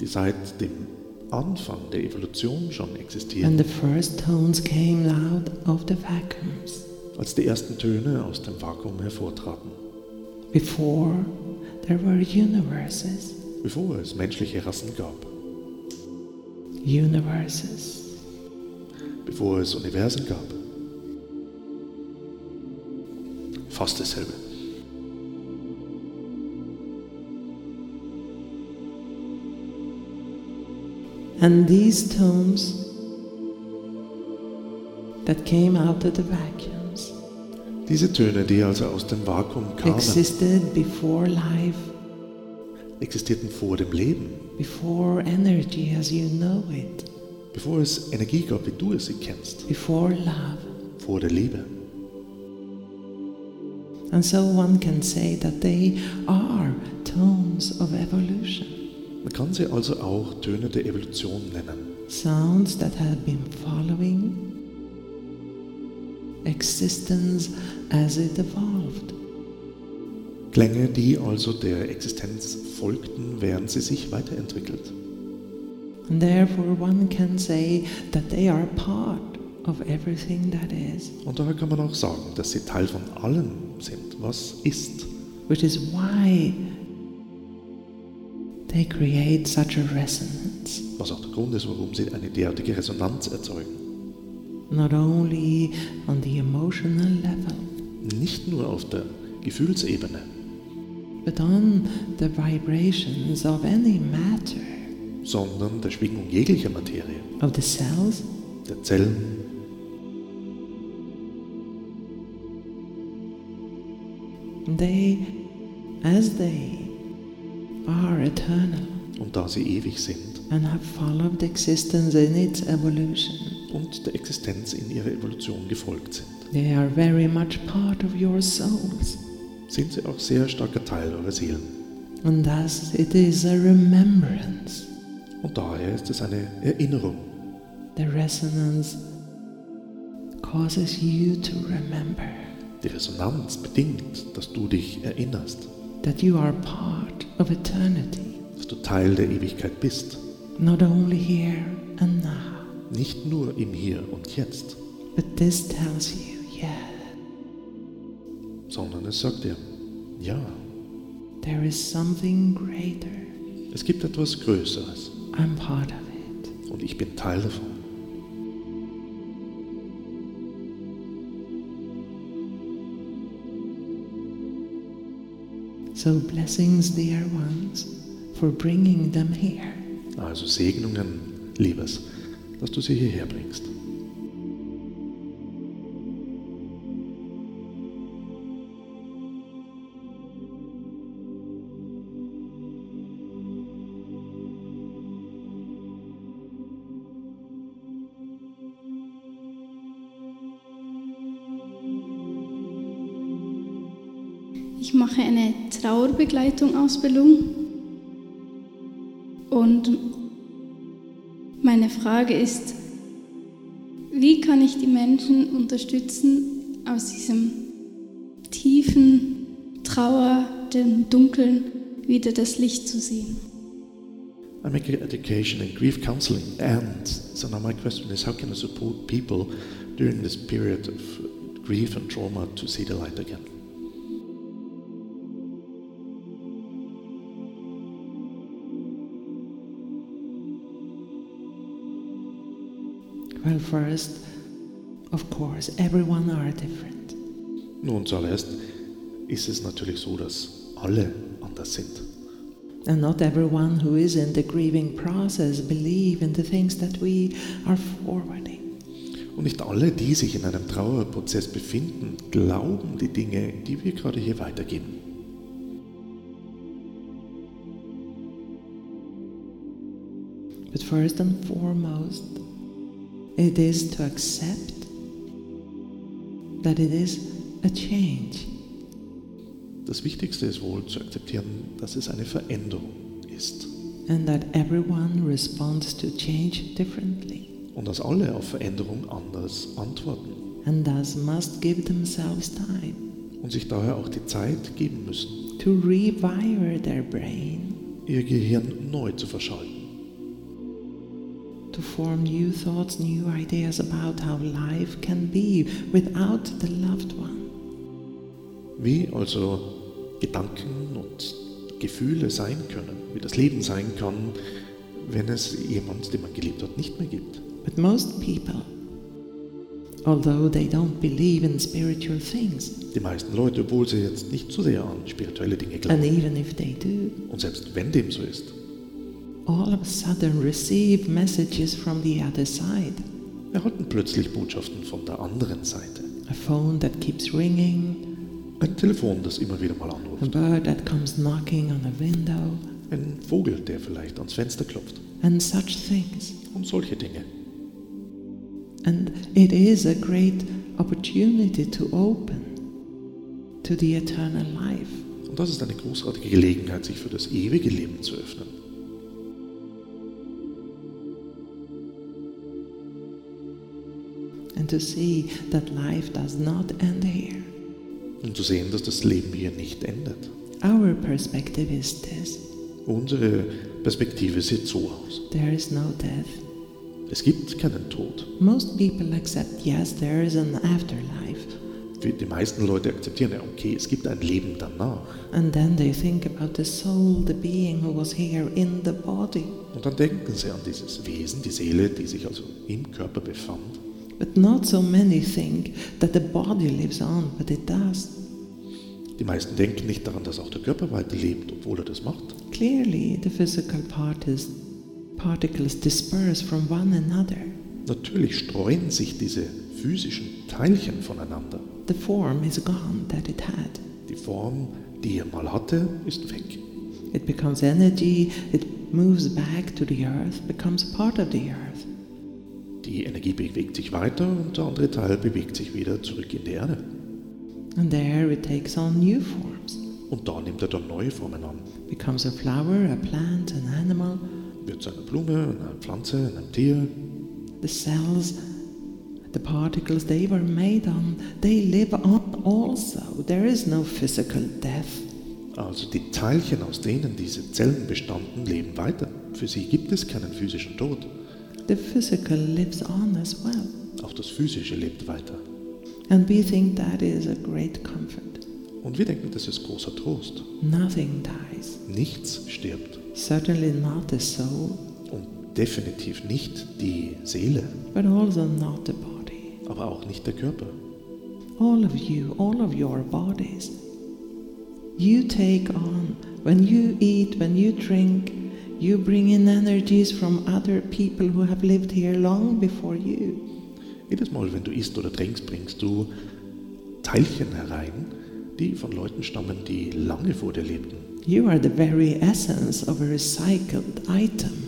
S4: die seit dem Anfang der Evolution schon
S3: And
S4: existieren,
S3: the first tones came out of the vacuums.
S4: als die ersten Töne aus dem Vakuum hervortraten,
S3: Before there were universes,
S4: bevor es menschliche Rassen gab,
S3: universes,
S4: bevor es Universen gab. Fast dasselbe.
S3: and these tones that came out of the vacuums
S4: Diese Töne, die also aus dem Vakuum kamen,
S3: existed before life,
S4: existierten vor dem Leben,
S3: before energy as you know it,
S4: bevor es Energie gab, wie du es sie kennst,
S3: before love.
S4: vor der Liebe.
S3: And so one can say that they are tones of evolution,
S4: Man kann sie also auch Töne der Evolution nennen.
S3: sounds that have been following existence as it evolved.
S4: Klänge, die also der Existenz folgten, während sie sich weiterentwickelt.
S3: And therefore one can say that they are part of everything that is,
S4: Und daher kann man auch sagen, dass sie Teil von allem sind, was ist.
S3: which is why they create such a resonance.
S4: Was auch der Grund ist, warum sie eine derartige Resonanz erzeugen.
S3: not only on the emotional level,
S4: Nicht nur auf der Gefühlsebene,
S3: but on the vibrations of any matter,
S4: sondern der Schwingung jeglicher Materie,
S3: of the cells,
S4: der Zellen,
S3: they, as they are eternal
S4: und da sie ewig sind
S3: and have followed existence in its evolution,
S4: und der Existenz in ihrer Evolution gefolgt sind,
S3: they are very much part of your souls.
S4: sind sie auch sehr starker Teil eurer Seelen.
S3: And thus it is a remembrance,
S4: Und daher ist es eine Erinnerung.
S3: the resonance causes you to remember
S4: Die Resonanz bedingt, dass du dich erinnerst,
S3: that you are part of eternity.
S4: dass du Teil der Ewigkeit bist.
S3: not only here and now,
S4: Nicht nur im Hier und Jetzt,
S3: but this tells you, yeah,
S4: sondern es sagt dir, ja,
S3: there is something greater.
S4: es gibt etwas Größeres
S3: I'm part of it.
S4: und ich bin Teil davon.
S3: So, blessings, dear ones, for bringing them here.
S4: Also Segnungen, Liebes, dass du sie hierher bringst.
S8: Ich mache eine Trauerbegleitung-Ausbildung. Und meine Frage ist, wie kann ich die Menschen unterstützen, aus diesem tiefen Trauer, dem Dunkeln, wieder das Licht zu sehen?
S4: I make education and grief counseling, and so now my question is how can I support people during this period of grief and trauma to see the light again?
S3: Well, first, of course, everyone are different.
S4: Nun, zuallererst ist es natürlich so, dass alle anders sind.
S3: And not everyone who is in the grieving process believe in the things that we are forwarding.
S4: Und nicht alle, die sich in einem Trauerprozess befinden, glauben die Dinge, die wir gerade hier weitergeben.
S3: But first and foremost, it is to accept that it is a change.
S4: Das Wichtigste ist wohl zu akzeptieren, dass es eine Veränderung ist
S3: and that everyone responds to change differently
S4: und dass alle auf Veränderung anders antworten
S3: and thus must give themselves time
S4: und sich daher auch die Zeit geben müssen,
S3: to rewire their brain
S4: ihr Gehirn neu zu verschalten,
S3: to form new thoughts, new ideas about how life can be without the loved one.
S4: wie also Gedanken und Gefühle sein können, wie das Leben sein kann, wenn es jemand, den man geliebt hat, nicht mehr gibt.
S3: But most people, although they don't believe in spiritual things,
S4: Die meisten Leute, obwohl sie jetzt nicht zu sehr an spirituelle Dinge
S3: and
S4: glauben,
S3: even if they do,
S4: und selbst wenn dem so ist,
S3: all of a sudden receive messages from the other side.
S4: erhalten plötzlich Botschaften von der anderen Seite.
S3: A phone that keeps ringing,
S4: Ein Telefon, das immer wieder mal anruft.
S3: a bird that comes knocking on a window,
S4: Ein Vogel, der vielleicht ans Fenster klopft.
S3: and such things.
S4: Und solche Dinge.
S3: And it is a great opportunity to open to the eternal life.
S4: Und das ist eine großartige Gelegenheit, sich für das ewige Leben zu öffnen.
S3: and to see that life does not end here.
S4: Und zu sehen, dass das Leben hier nicht endet.
S3: Our perspective is this
S4: Unsere Perspektive sieht so aus.
S3: there is no death.
S4: Es gibt keinen Tod.
S3: Most people accept, yes, there is an afterlife,
S4: Wie Die meisten Leute akzeptieren ja, okay, es gibt ein Leben danach.
S3: and then they think about the soul, the being who was here in the body.
S4: Und dann denken sie an dieses Wesen, die Seele, die sich also im Körper befand.
S3: But not so many think that the body lives on, but it does.
S4: Die meisten denken nicht daran, dass auch der Körper weiterlebt, obwohl er das macht.
S3: Clearly, the physical part is, particles disperse from one another.
S4: Natürlich streuen sich diese physischen Teilchen voneinander.
S3: The form is gone that it had.
S4: Die Form, die er mal hatte, ist weg.
S3: It becomes energy, it moves back to the earth, becomes part of the earth.
S4: Die Energie bewegt sich weiter und der andere Teil bewegt sich wieder zurück in die Erde.
S3: And there it takes on new forms,
S4: Und da nimmt er dann neue Formen an.
S3: becomes a flower, a plant, an animal.
S4: Wird zu einer Blume, einer Pflanze, einem Tier.
S3: The cells, the particles they were made on, they live on also. There is no physical death.
S4: Also die Teilchen, aus denen diese Zellen bestanden, leben weiter. Für sie gibt es keinen physischen Tod.
S3: The physical lives on as well.
S4: Auch das Physische lebt weiter.
S3: And we think that is a great comfort.
S4: Und wir denken, das ist großer Trost.
S3: Nothing dies,
S4: Nichts stirbt.
S3: certainly not the soul,
S4: Und definitiv nicht die Seele,
S3: but also not the body.
S4: aber auch nicht der Körper.
S3: All of you, all of your bodies. You take on, when you eat, when you drink, you bring in energies from other people who have lived here long before you.
S4: Jedes Mal, wenn du isst oder trinkst, bringst du Teilchen herein, die von Leuten stammen, die lange vor dir lebten.
S3: You are the very essence of a recycled item.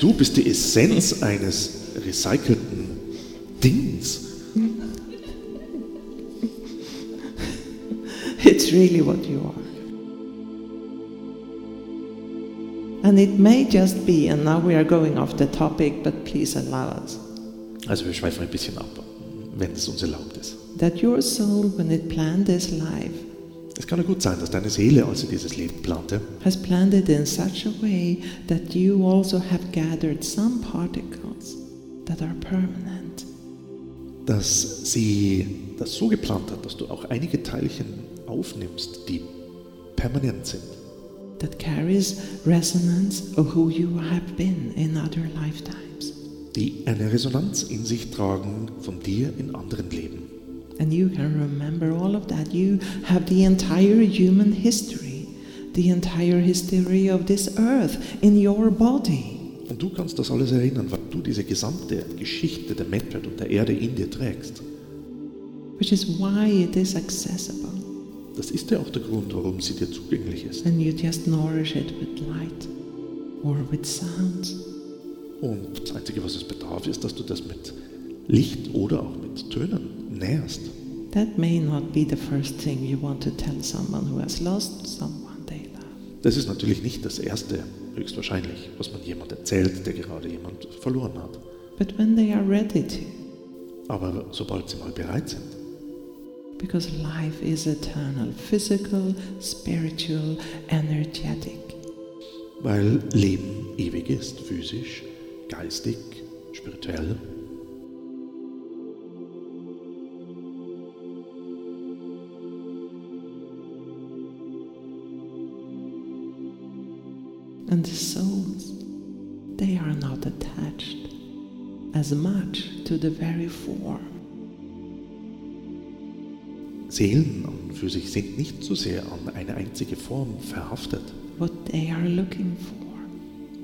S4: Du bist die Essenz eines recycelten Dings.
S3: It's really what you are. And it may just be, and now we are going off the topic, but please allow us,
S4: Also wir schweifen ein bisschen ab, wenn es uns erlaubt ist.
S3: that your soul, when it planned this life,
S4: Es kann ja gut sein, dass deine Seele, als sie dieses Leben plante,
S3: has planned it in such a way that you also have gathered some particles that are permanent.
S4: dass sie das so geplant hat, dass du auch einige Teilchen aufnimmst, die permanent sind.
S3: That carries resonance of who you have been in other lifetimes.
S4: die eine Resonanz in sich tragen von dir in anderen Leben.
S3: And you can remember all of that. You have the entire human history, the entire history of this earth in your body.
S4: Und du kannst das alles erinnern, weil du diese gesamte Geschichte der Menschheit und der Erde in dir trägst.
S3: Which is why it is accessible,
S4: Das ist ja auch der Grund, warum sie dir zugänglich ist.
S3: and you just nourish it with light or with sounds.
S4: Und das Einzige, was es bedarf, ist, dass du das mit Licht oder auch mit Tönen näherst.
S3: That may not be the first thing you want to tell someone who has lost someone they love.
S4: Das ist natürlich nicht das Erste, höchstwahrscheinlich, was man jemand erzählt, der gerade jemand verloren hat.
S3: But when they are ready to,
S4: Aber sobald sie mal bereit sind,
S3: because life is eternal, physical, spiritual, energetic.
S4: weil Leben ewig ist, physisch, geistig, spirituell.
S3: And the souls, they are not attached as much to the very form.
S4: Seelen an und für sich sind nicht so sehr an eine einzige Form verhaftet.
S3: What they are looking for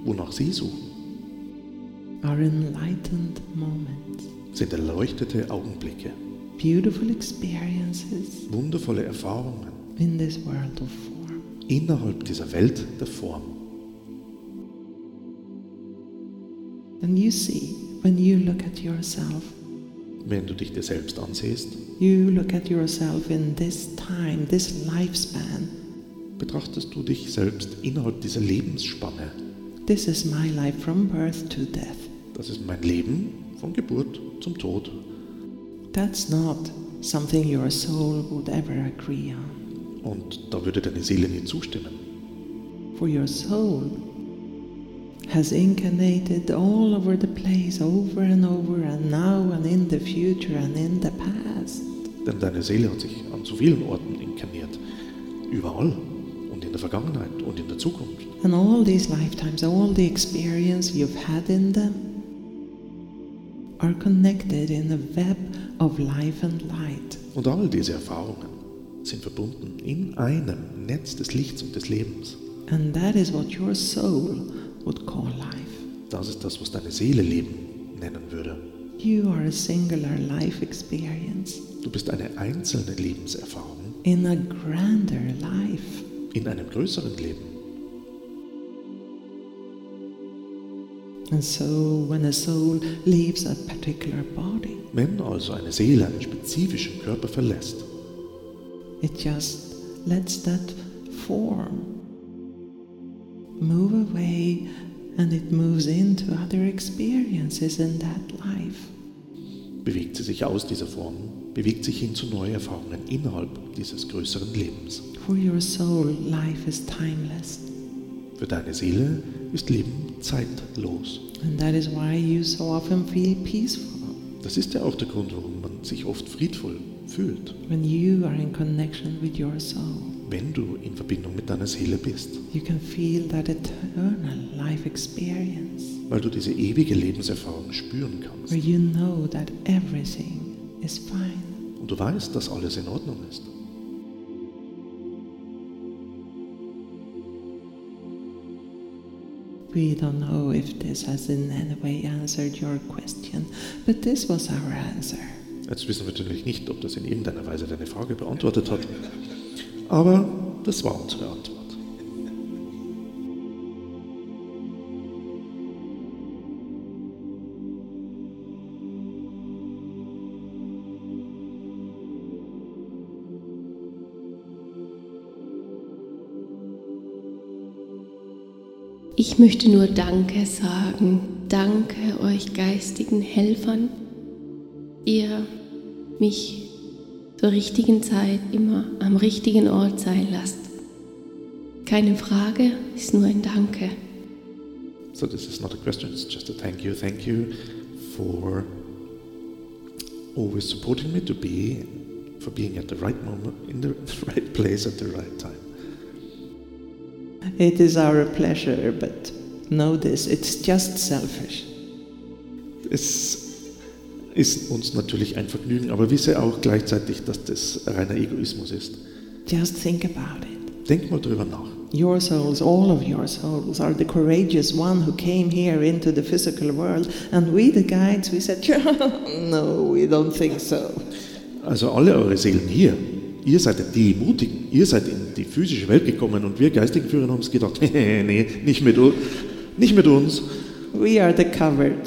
S4: Wonach sie suchen,
S3: are enlightened moments,
S4: sind erleuchtete Augenblicke,
S3: beautiful experiences
S4: wundervolle Erfahrungen
S3: in this world of form.
S4: innerhalb dieser Welt der Form.
S3: And you see, when you look at yourself,
S4: Wenn du dich dir selbst ansiehst,
S3: you look at yourself in this time, this lifespan.
S4: betrachtest du dich selbst innerhalb dieser Lebensspanne.
S3: This is my life from birth to death.
S4: Das ist mein Leben von Geburt zum Tod.
S3: That's not something your soul would ever agree on.
S4: Und da würde deine Seele nie zustimmen.
S3: For your soul has incarnated all over the place, over and over, and now and in the future and in the past.
S4: Denn deine Seele hat sich an so vielen Orten inkarniert. Überall. Und in der Vergangenheit und in der Zukunft.
S3: And all these lifetimes, all the experience you've had in them are connected in a web of life and light.
S4: Und all diese Erfahrungen sind verbunden in einem Netz des Lichts und des Lebens.
S3: And that is what your soul would call life.
S4: Das ist das, was deine Seele Leben nennen würde.
S3: You are a singular life experience
S4: Du bist eine einzelne Lebenserfahrung
S3: in a grander life.
S4: in einem größeren Leben.
S3: And so, when a soul leaves a particular body,
S4: Wenn also eine Seele einen spezifischen Körper verlässt,
S3: It just lets that form move away and it moves into other experiences in that life.
S4: bewegt sie sich aus dieser Form, bewegt sich hin zu neuen Erfahrungen innerhalb dieses größeren Lebens.
S3: For your soul, life is timeless.
S4: Für deine Seele ist Leben zeitlos.
S3: And that is why you so often feel peaceful
S4: Das ist ja auch der Grund, warum man sich oft friedvoll fühlt,
S3: when you are in connection with your soul.
S4: wenn du in Verbindung mit deiner Seele bist,
S3: You can feel that eternal life experience
S4: weil du diese ewige Lebenserfahrung spüren kannst
S3: where you know that everything is fine.
S4: und du weißt, dass alles in Ordnung ist.
S3: We don't know if this has in any way answered your question, but this was our answer.
S4: Jetzt wissen wir natürlich nicht, ob das in irgendeiner Weise deine Frage beantwortet hat, aber das war unsere Antwort.
S9: Ich möchte nur Danke sagen. Danke euch geistigen Helfern. Ihr mich zur richtigen Zeit immer am richtigen Ort sein lasst. Keine Frage, ist nur ein Danke.
S4: So this is not a question, it's just a thank you. Thank you for always supporting me to be, for being at the right moment, in the right place at the right time.
S3: It is our pleasure, but know this, it's just selfish.
S4: Es ist uns natürlich ein Vergnügen, aber wisse auch gleichzeitig, dass das reiner Egoismus ist.
S3: Just think about it.
S4: Denk mal drüber nach.
S3: Your souls, all of your souls, are the courageous one who came here into the physical world, and we, the guides, we said, no, we don't think so.
S4: Also alle eure Seelen hier, ihr seid die Mutigen, ihr seid in die physische Welt gekommen und wir geistigen Führer haben uns gedacht, nee, nicht mit, u- nicht mit uns.
S3: We are the covered.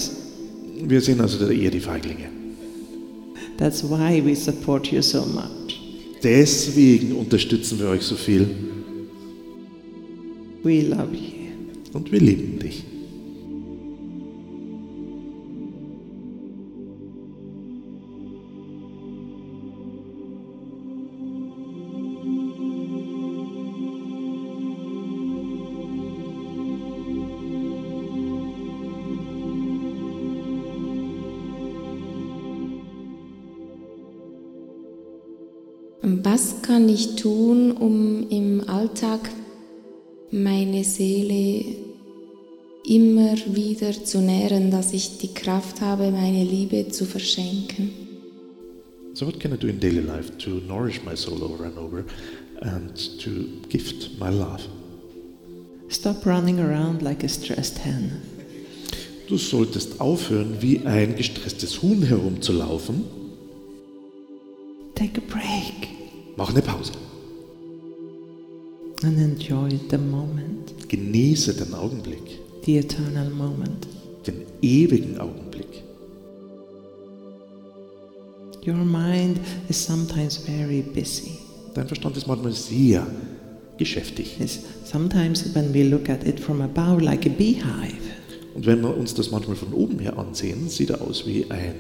S4: Wir sind also eher die Feiglinge.
S3: That's why we support you so much.
S4: Deswegen unterstützen wir euch so viel
S3: We love you.
S4: und wir lieben dich.
S9: Was kann ich tun, um im Alltag meine Seele immer wieder zu nähren, dass ich die Kraft habe, meine Liebe zu verschenken?
S4: So, what can I do in daily life to nourish my soul over and over and to gift my love?
S3: Stop running around like a stressed hen.
S4: Du solltest aufhören, wie ein gestresstes Huhn herumzulaufen.
S3: Take a break
S4: Mach eine Pause.
S3: and enjoy the moment,
S4: Genieße den Augenblick,
S3: the eternal moment.
S4: den ewigen Augenblick.
S3: Your mind is sometimes very busy.
S4: Dein Verstand ist manchmal sehr geschäftig.
S3: It's sometimes when we look at it from above like a beehive.
S4: Und wenn wir uns das manchmal von oben her ansehen, sieht er aus wie ein,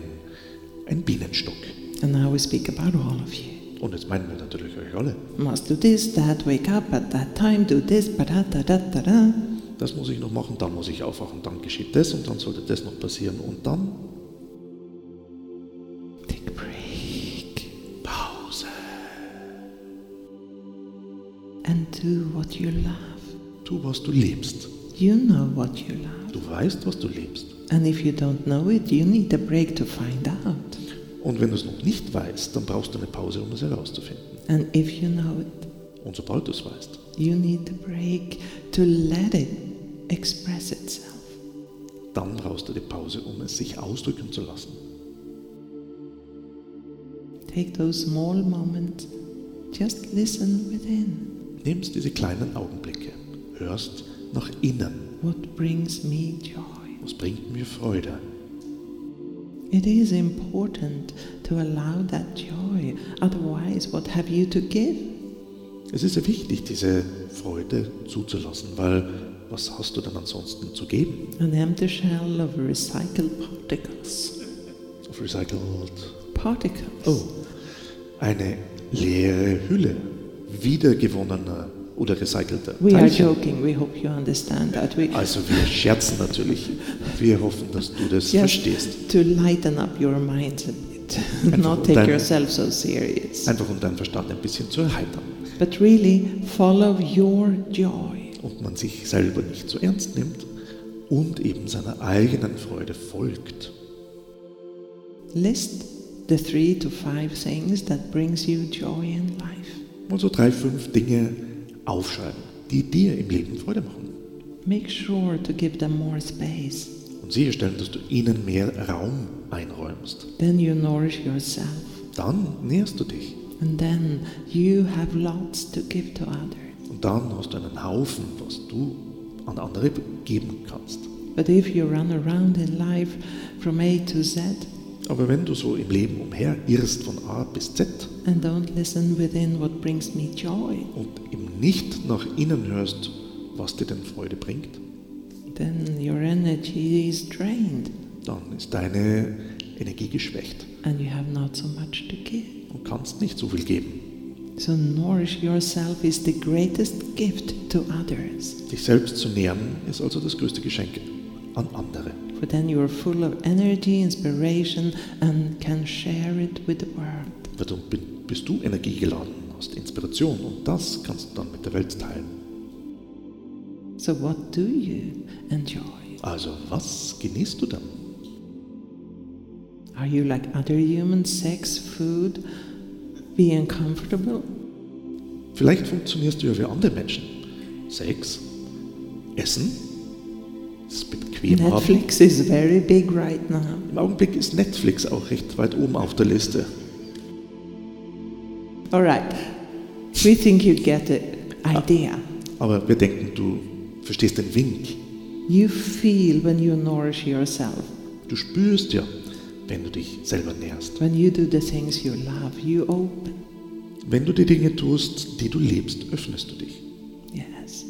S4: ein Bienenstock.
S3: And now we speak about all of you.
S4: Und jetzt meinen wir natürlich euch alle.
S3: Must do this, that, wake up at that time, do this, ba da da da da da.
S4: Das muss ich noch machen, dann muss ich aufwachen, dann geschieht das und dann sollte das noch passieren und dann
S3: Take a break
S4: Pause.
S3: and do what you love.
S4: Tu, was du lebst.
S3: You know what you love.
S4: Du weißt, was du lebst.
S3: And if you don't know it, you need a break to find out.
S4: Und wenn du es noch nicht weißt, dann brauchst du eine Pause, um es herauszufinden.
S3: And if you know it,
S4: Und sobald du es weißt,
S3: you need a break to let it express itself.
S4: dann brauchst du die Pause, um es sich ausdrücken zu lassen.
S3: Take those small moments, just listen within.
S4: Nimmst diese kleinen Augenblicke, hörst nach innen.
S3: What brings me joy?
S4: Was bringt mir Freude?
S3: It is important to allow that joy, otherwise, what have you to give?
S4: Es ist sehr wichtig, diese Freude zuzulassen, weil was hast du denn ansonsten zu geben?
S3: An empty shell of recycled particles.
S4: Auf Recycled
S3: Particles.
S4: Oh, eine leere Hülle wiedergewonnener oder recycelter
S3: We are
S4: Teilchen.
S3: joking. We hope you understand that. We
S4: Also wir scherzen natürlich. Wir hoffen, dass du das verstehst.
S3: just to lighten up your minds a bit, not take
S4: then-
S3: yourself so serious,
S4: Einfach um deinen Verstand ein bisschen zu erheitern
S3: but really follow your joy.
S4: und man sich selber nicht zu ernst nimmt und eben seiner eigenen Freude folgt.
S3: List the three to five things that brings you joy in life.
S4: Mal so Also drei, fünf Dinge aufschreiben, die dir im Leben Freude machen
S3: Make sure to give them more space.
S4: und sicherstellen, dass du ihnen mehr Raum einräumst.
S3: Then you nourish yourself,
S4: Dann näherst du dich
S3: and then you have lots to give to others.
S4: und dann hast du einen Haufen, was du an andere geben kannst.
S3: But if you run around in life from A to Z
S4: Aber wenn du so im Leben umherirrst von A bis Z
S3: and don't listen within what brings me joy,
S4: und eben nicht nach innen hörst, was dir denn Freude bringt,
S3: then your energy is drained
S4: dann ist deine Energie geschwächt
S3: and you have not so much to give.
S4: und kannst nicht so viel geben.
S3: So, nourish yourself is the greatest gift to others,
S4: Dich selbst zu nähren ist also das größte Geschenk an andere.
S3: for then you are full of energy, inspiration, and can share it with the world.
S4: Weil dann bi- bist du energiegeladen, hast Inspiration und das kannst du dann mit der Welt teilen.
S3: So, what do you enjoy?
S4: Also was genießt du dann?
S3: Are you like other humans, sex, food, being comfortable?
S4: Vielleicht funktionierst du ja wie andere Menschen. Sex, Essen, es bequem haben.
S3: Netflix is very big right now.
S4: Im Augenblick ist Netflix auch recht weit oben auf der Liste.
S3: All right, we think you get the idea.
S4: Aber wir denken, du verstehst den Wink.
S3: You feel when you nourish yourself.
S4: Du spürst ja, wenn du dich selber nährst.
S3: When you do the things you love, you open.
S4: Wenn du die Dinge tust, die du lebst, öffnest du dich.
S3: Yes.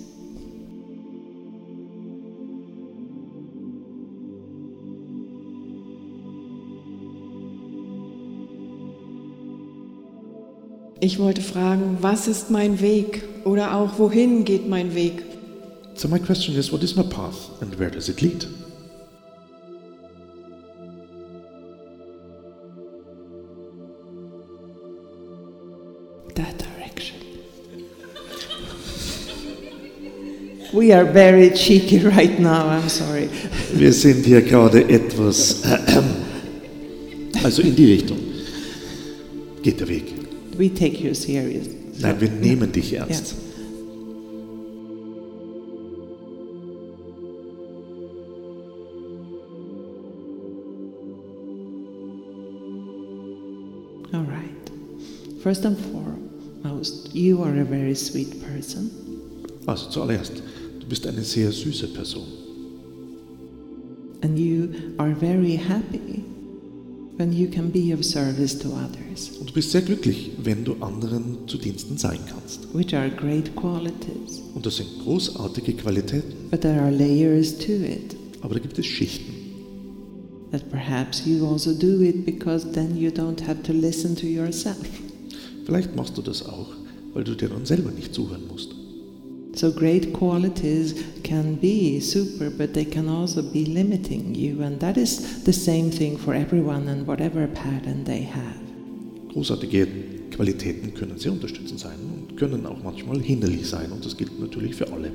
S10: Ich wollte fragen, was ist mein Weg? Oder auch, wohin geht mein Weg?
S4: So my question is, what is my path and where does it lead?
S3: That direction. we are very cheeky right now, I'm sorry.
S4: Wir sind hier gerade etwas... Also in die Richtung geht der Weg.
S3: We take you serious.
S4: Nein, wir nehmen dich ernst.
S3: All right. First and foremost, you are a very sweet person.
S4: Also zuallererst, du bist eine sehr süße Person.
S3: And you are very happy when you can be of service to others,
S4: Und du bist sehr glücklich, wenn du anderen zu Diensten sein kannst.
S3: which are great qualities.
S4: Und das sind großartige Qualitäten.
S3: But there are layers to it.
S4: Aber da gibt es Schichten.
S3: That perhaps you also do it because then you don't have to listen to yourself.
S4: Vielleicht machst du das auch, weil du dir dann selber nicht zuhören musst.
S3: So great qualities can be super, but they can also be limiting you. And that is the same thing for everyone and whatever pattern they have.
S4: Großartige Qualitäten können sehr unterstützend sein und können auch manchmal hinderlich sein. Und das gilt natürlich für alle.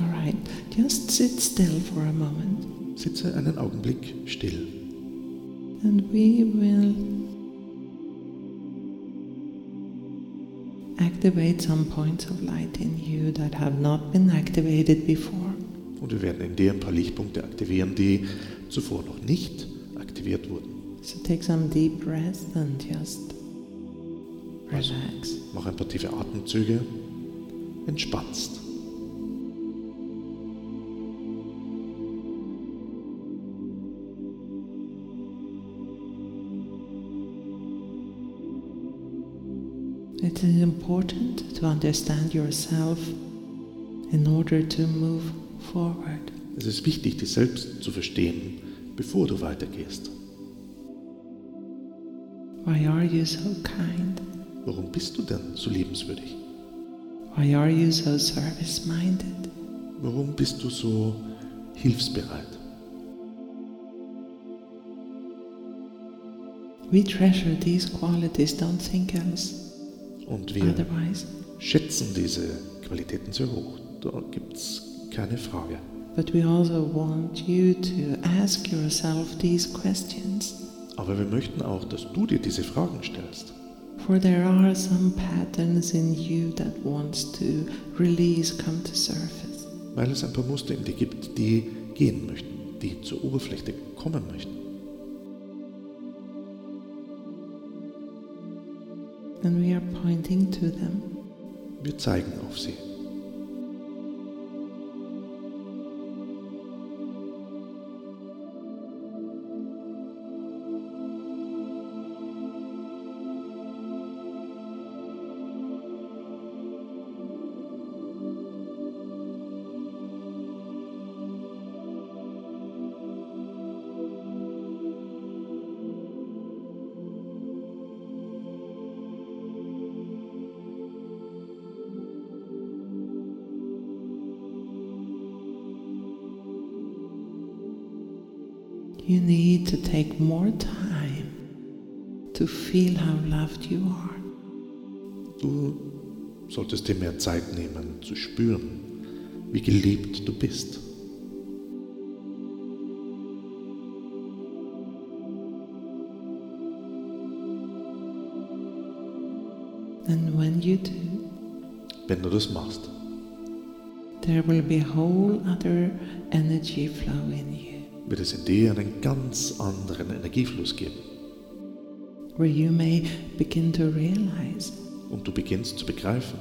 S3: All right, just sit still for a moment
S4: Sitze einen Augenblick still.
S3: and we will activate some points of light in you that have not been activated before.
S4: Und wir werden in dir ein paar Lichtpunkte aktivieren, die zuvor noch nicht aktiviert wurden.
S3: So take some deep breaths and just relax.
S4: Mach ein paar tiefe Atemzüge. Entspannst.
S3: It is important to understand yourself in order to move forward.
S4: Es ist wichtig, dich selbst zu verstehen, bevor du weitergehst.
S3: Why are you so kind?
S4: Warum bist du denn so liebenswürdig?
S3: Why are you so service minded?
S4: Warum bist du so hilfsbereit?
S3: We treasure these qualities, don't think else
S4: Und wir
S3: otherwise.
S4: schätzen diese Qualitäten sehr hoch. Da gibt es keine Frage.
S3: But we also want you to ask yourself these questions,
S4: Aber wir möchten auch, dass du dir diese Fragen stellst.
S3: for there are some patterns in you that wants to release come to surface.
S4: Weil es ein paar Muster in dir gibt, die gehen möchten, die zur Oberfläche kommen möchten.
S3: And we are pointing to them.
S4: Wir zeigen auf sie.
S3: You need to take more time to feel how loved you are.
S4: Du solltest dir mehr Zeit nehmen, zu spüren, wie geliebt du bist.
S3: And when you do,
S4: Wenn du das machst,
S3: there will be whole other energy flow in you,
S4: wird es in dir einen ganz anderen Energiefluss geben.
S3: where you may begin to realize
S4: Und du beginnst zu begreifen,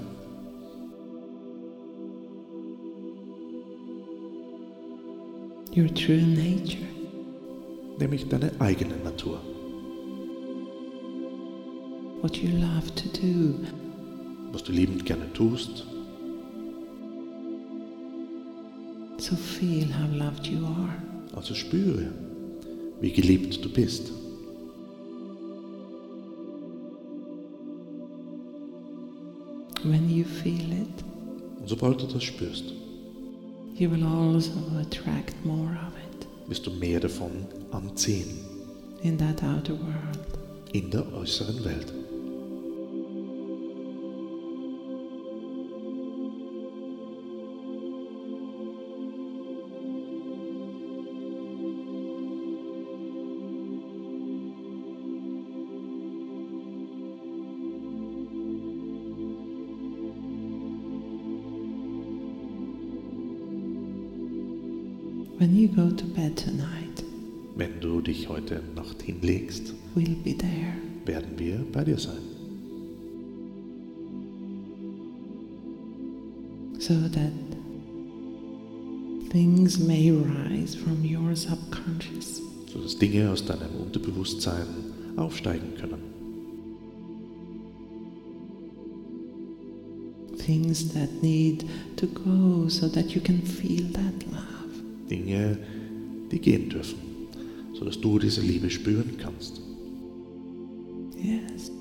S3: your true nature.
S4: nämlich deine eigene Natur.
S3: What you love to do,
S4: Was du liebend gerne tust,
S3: so feel how loved you are.
S4: also spüre, wie geliebt du bist.
S3: When you feel it,
S4: Und sobald du das spürst,
S3: you will also attract more of it
S4: wirst du mehr davon anziehen
S3: in that outer world.
S4: in der äußeren Welt.
S3: When you go to bed tonight,
S4: Wenn du dich heute Nacht hinlegst,
S3: we'll be there.
S4: werden wir bei dir sein,
S3: so that things may rise from your subconscious
S4: sodass Dinge aus deinem Unterbewusstsein aufsteigen können.
S3: things that need to go so that you can feel that love
S4: Dinge, die gehen dürfen, sodass du diese Liebe spüren kannst.
S3: yes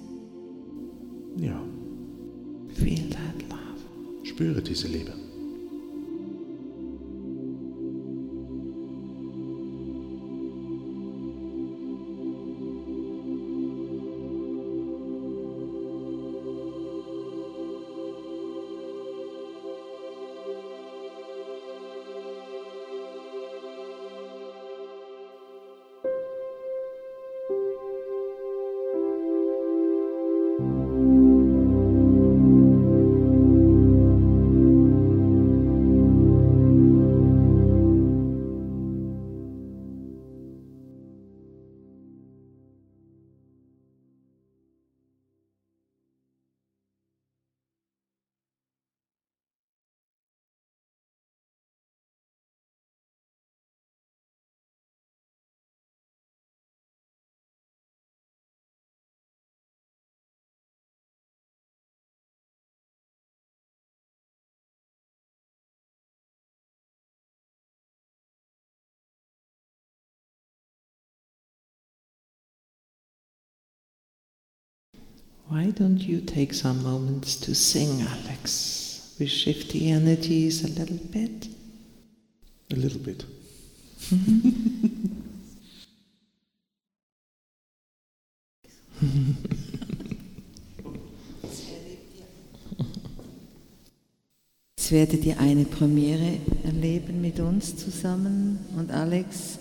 S4: Ja,
S3: feel that love
S4: spüre diese Liebe.
S3: why don't you take some moments to sing alex we shift the energies a little bit
S4: A little bit.
S2: Jetzt werdet ihr eine Premiere erleben mit uns zusammen und Alex.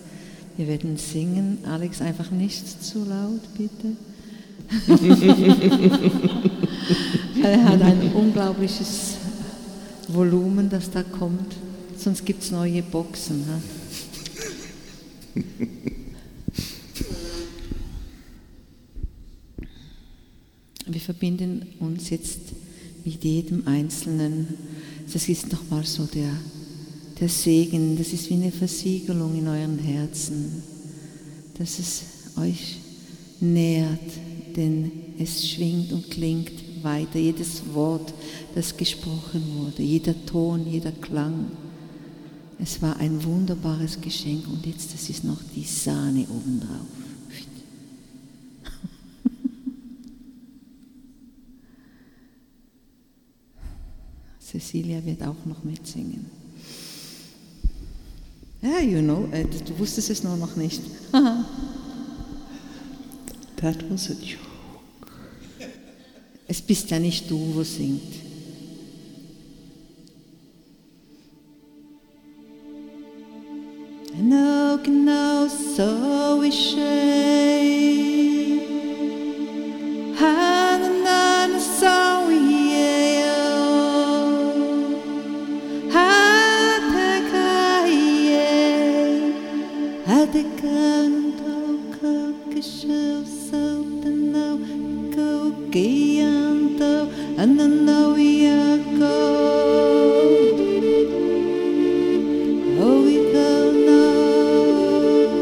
S2: Wir werden singen. Alex, einfach nicht zu laut, bitte. er hat ein unglaubliches Volumen, das da kommt. Sonst gibt es neue Boxen. Ha? Wir verbinden uns jetzt mit jedem Einzelnen. Das ist nochmal so der, der Segen, das ist wie eine Versiegelung in euren Herzen, dass es euch nährt, denn es schwingt und klingt weiter. Jedes Wort, das gesprochen wurde, jeder Ton, jeder Klang. Es war ein wunderbares Geschenk und jetzt, das ist noch die Sahne obendrauf. Cecilia wird auch noch mitsingen. Ja, you know, äh, du wusstest es nur noch nicht.
S3: that was a joke
S2: Es bist ja nicht du, wo singt. An oak now so we shake And then so we and then now we are go. Oh, we go now.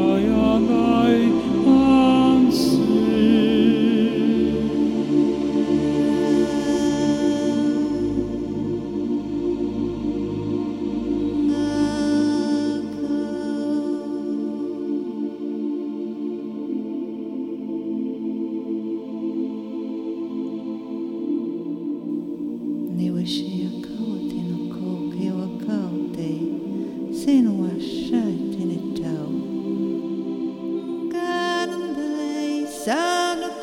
S2: Rayanai Ansi.
S11: hoje acaute no co que eu acaute, se não achate ne tau. Garandai sano co.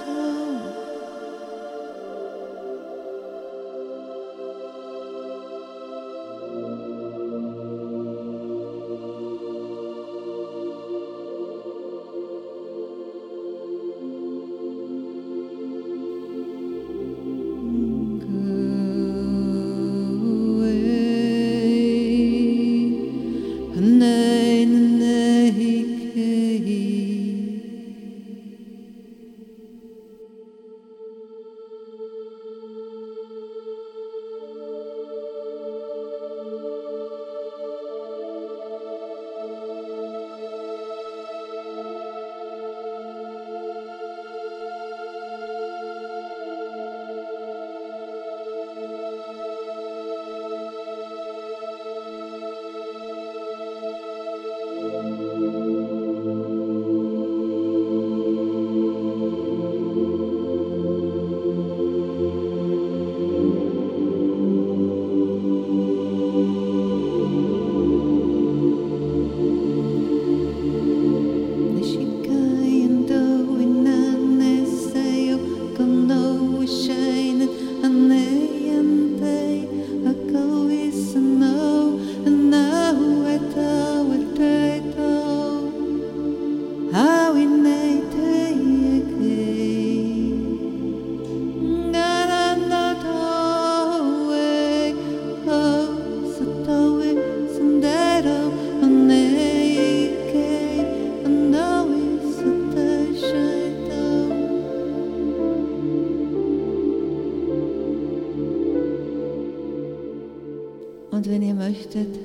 S2: Und wenn ihr möchtet,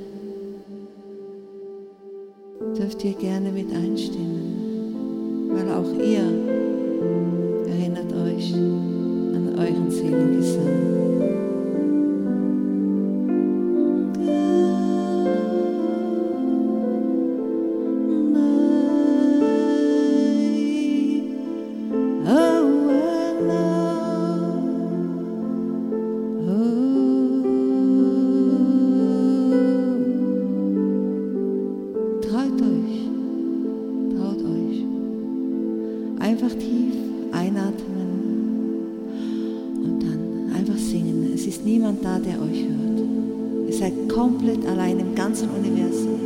S2: dürft ihr gerne mit einstimmen, weil auch ihr erinnert euch an euren Seelengesang. Traut euch, traut euch. Einfach tief einatmen und dann einfach singen. Es ist niemand da, der euch hört. Ihr seid komplett allein im ganzen Universum.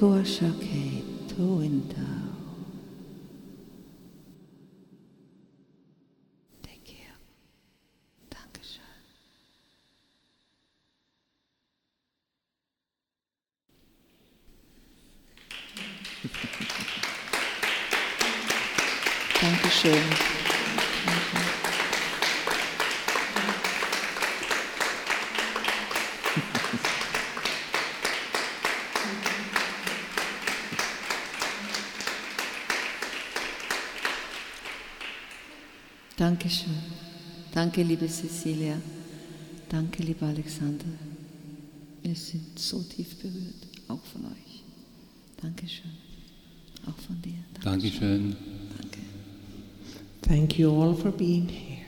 S2: Oh, Shake to in Tao. Take care. Dankeschön.
S11: Dankeschön.
S2: Dankeschön. Danke, liebe Cecilia. Danke, lieber Alexander. Wir sind so tief berührt, auch von euch. Dankeschön. Auch von dir.
S11: Dankeschön.
S3: Thank you all for being here.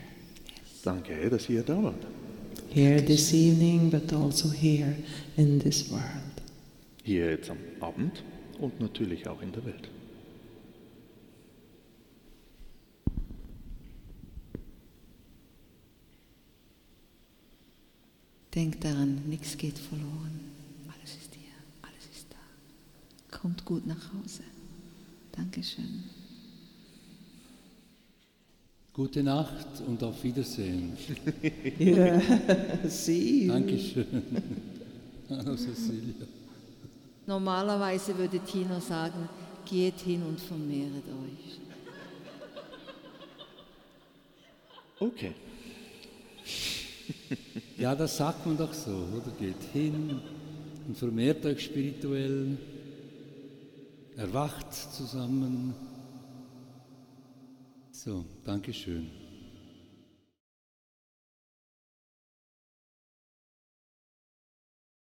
S4: Danke, dass ihr da wart.
S3: Here this evening, but also here in this world.
S4: Hier jetzt am Abend und natürlich auch in der Welt.
S2: Denkt daran, nichts geht verloren. Alles ist hier, alles ist da. Kommt gut nach Hause. Dankeschön.
S11: Gute Nacht und auf Wiedersehen.
S3: Ja, see you.
S11: Dankeschön. Hallo Cecilia.
S2: Normalerweise würde Tino sagen, geht hin und vermehret euch.
S4: Okay.
S11: Ja, das sagt man doch so, oder? Geht hin und vermehrt euch spirituell, erwacht zusammen. So, Dankeschön.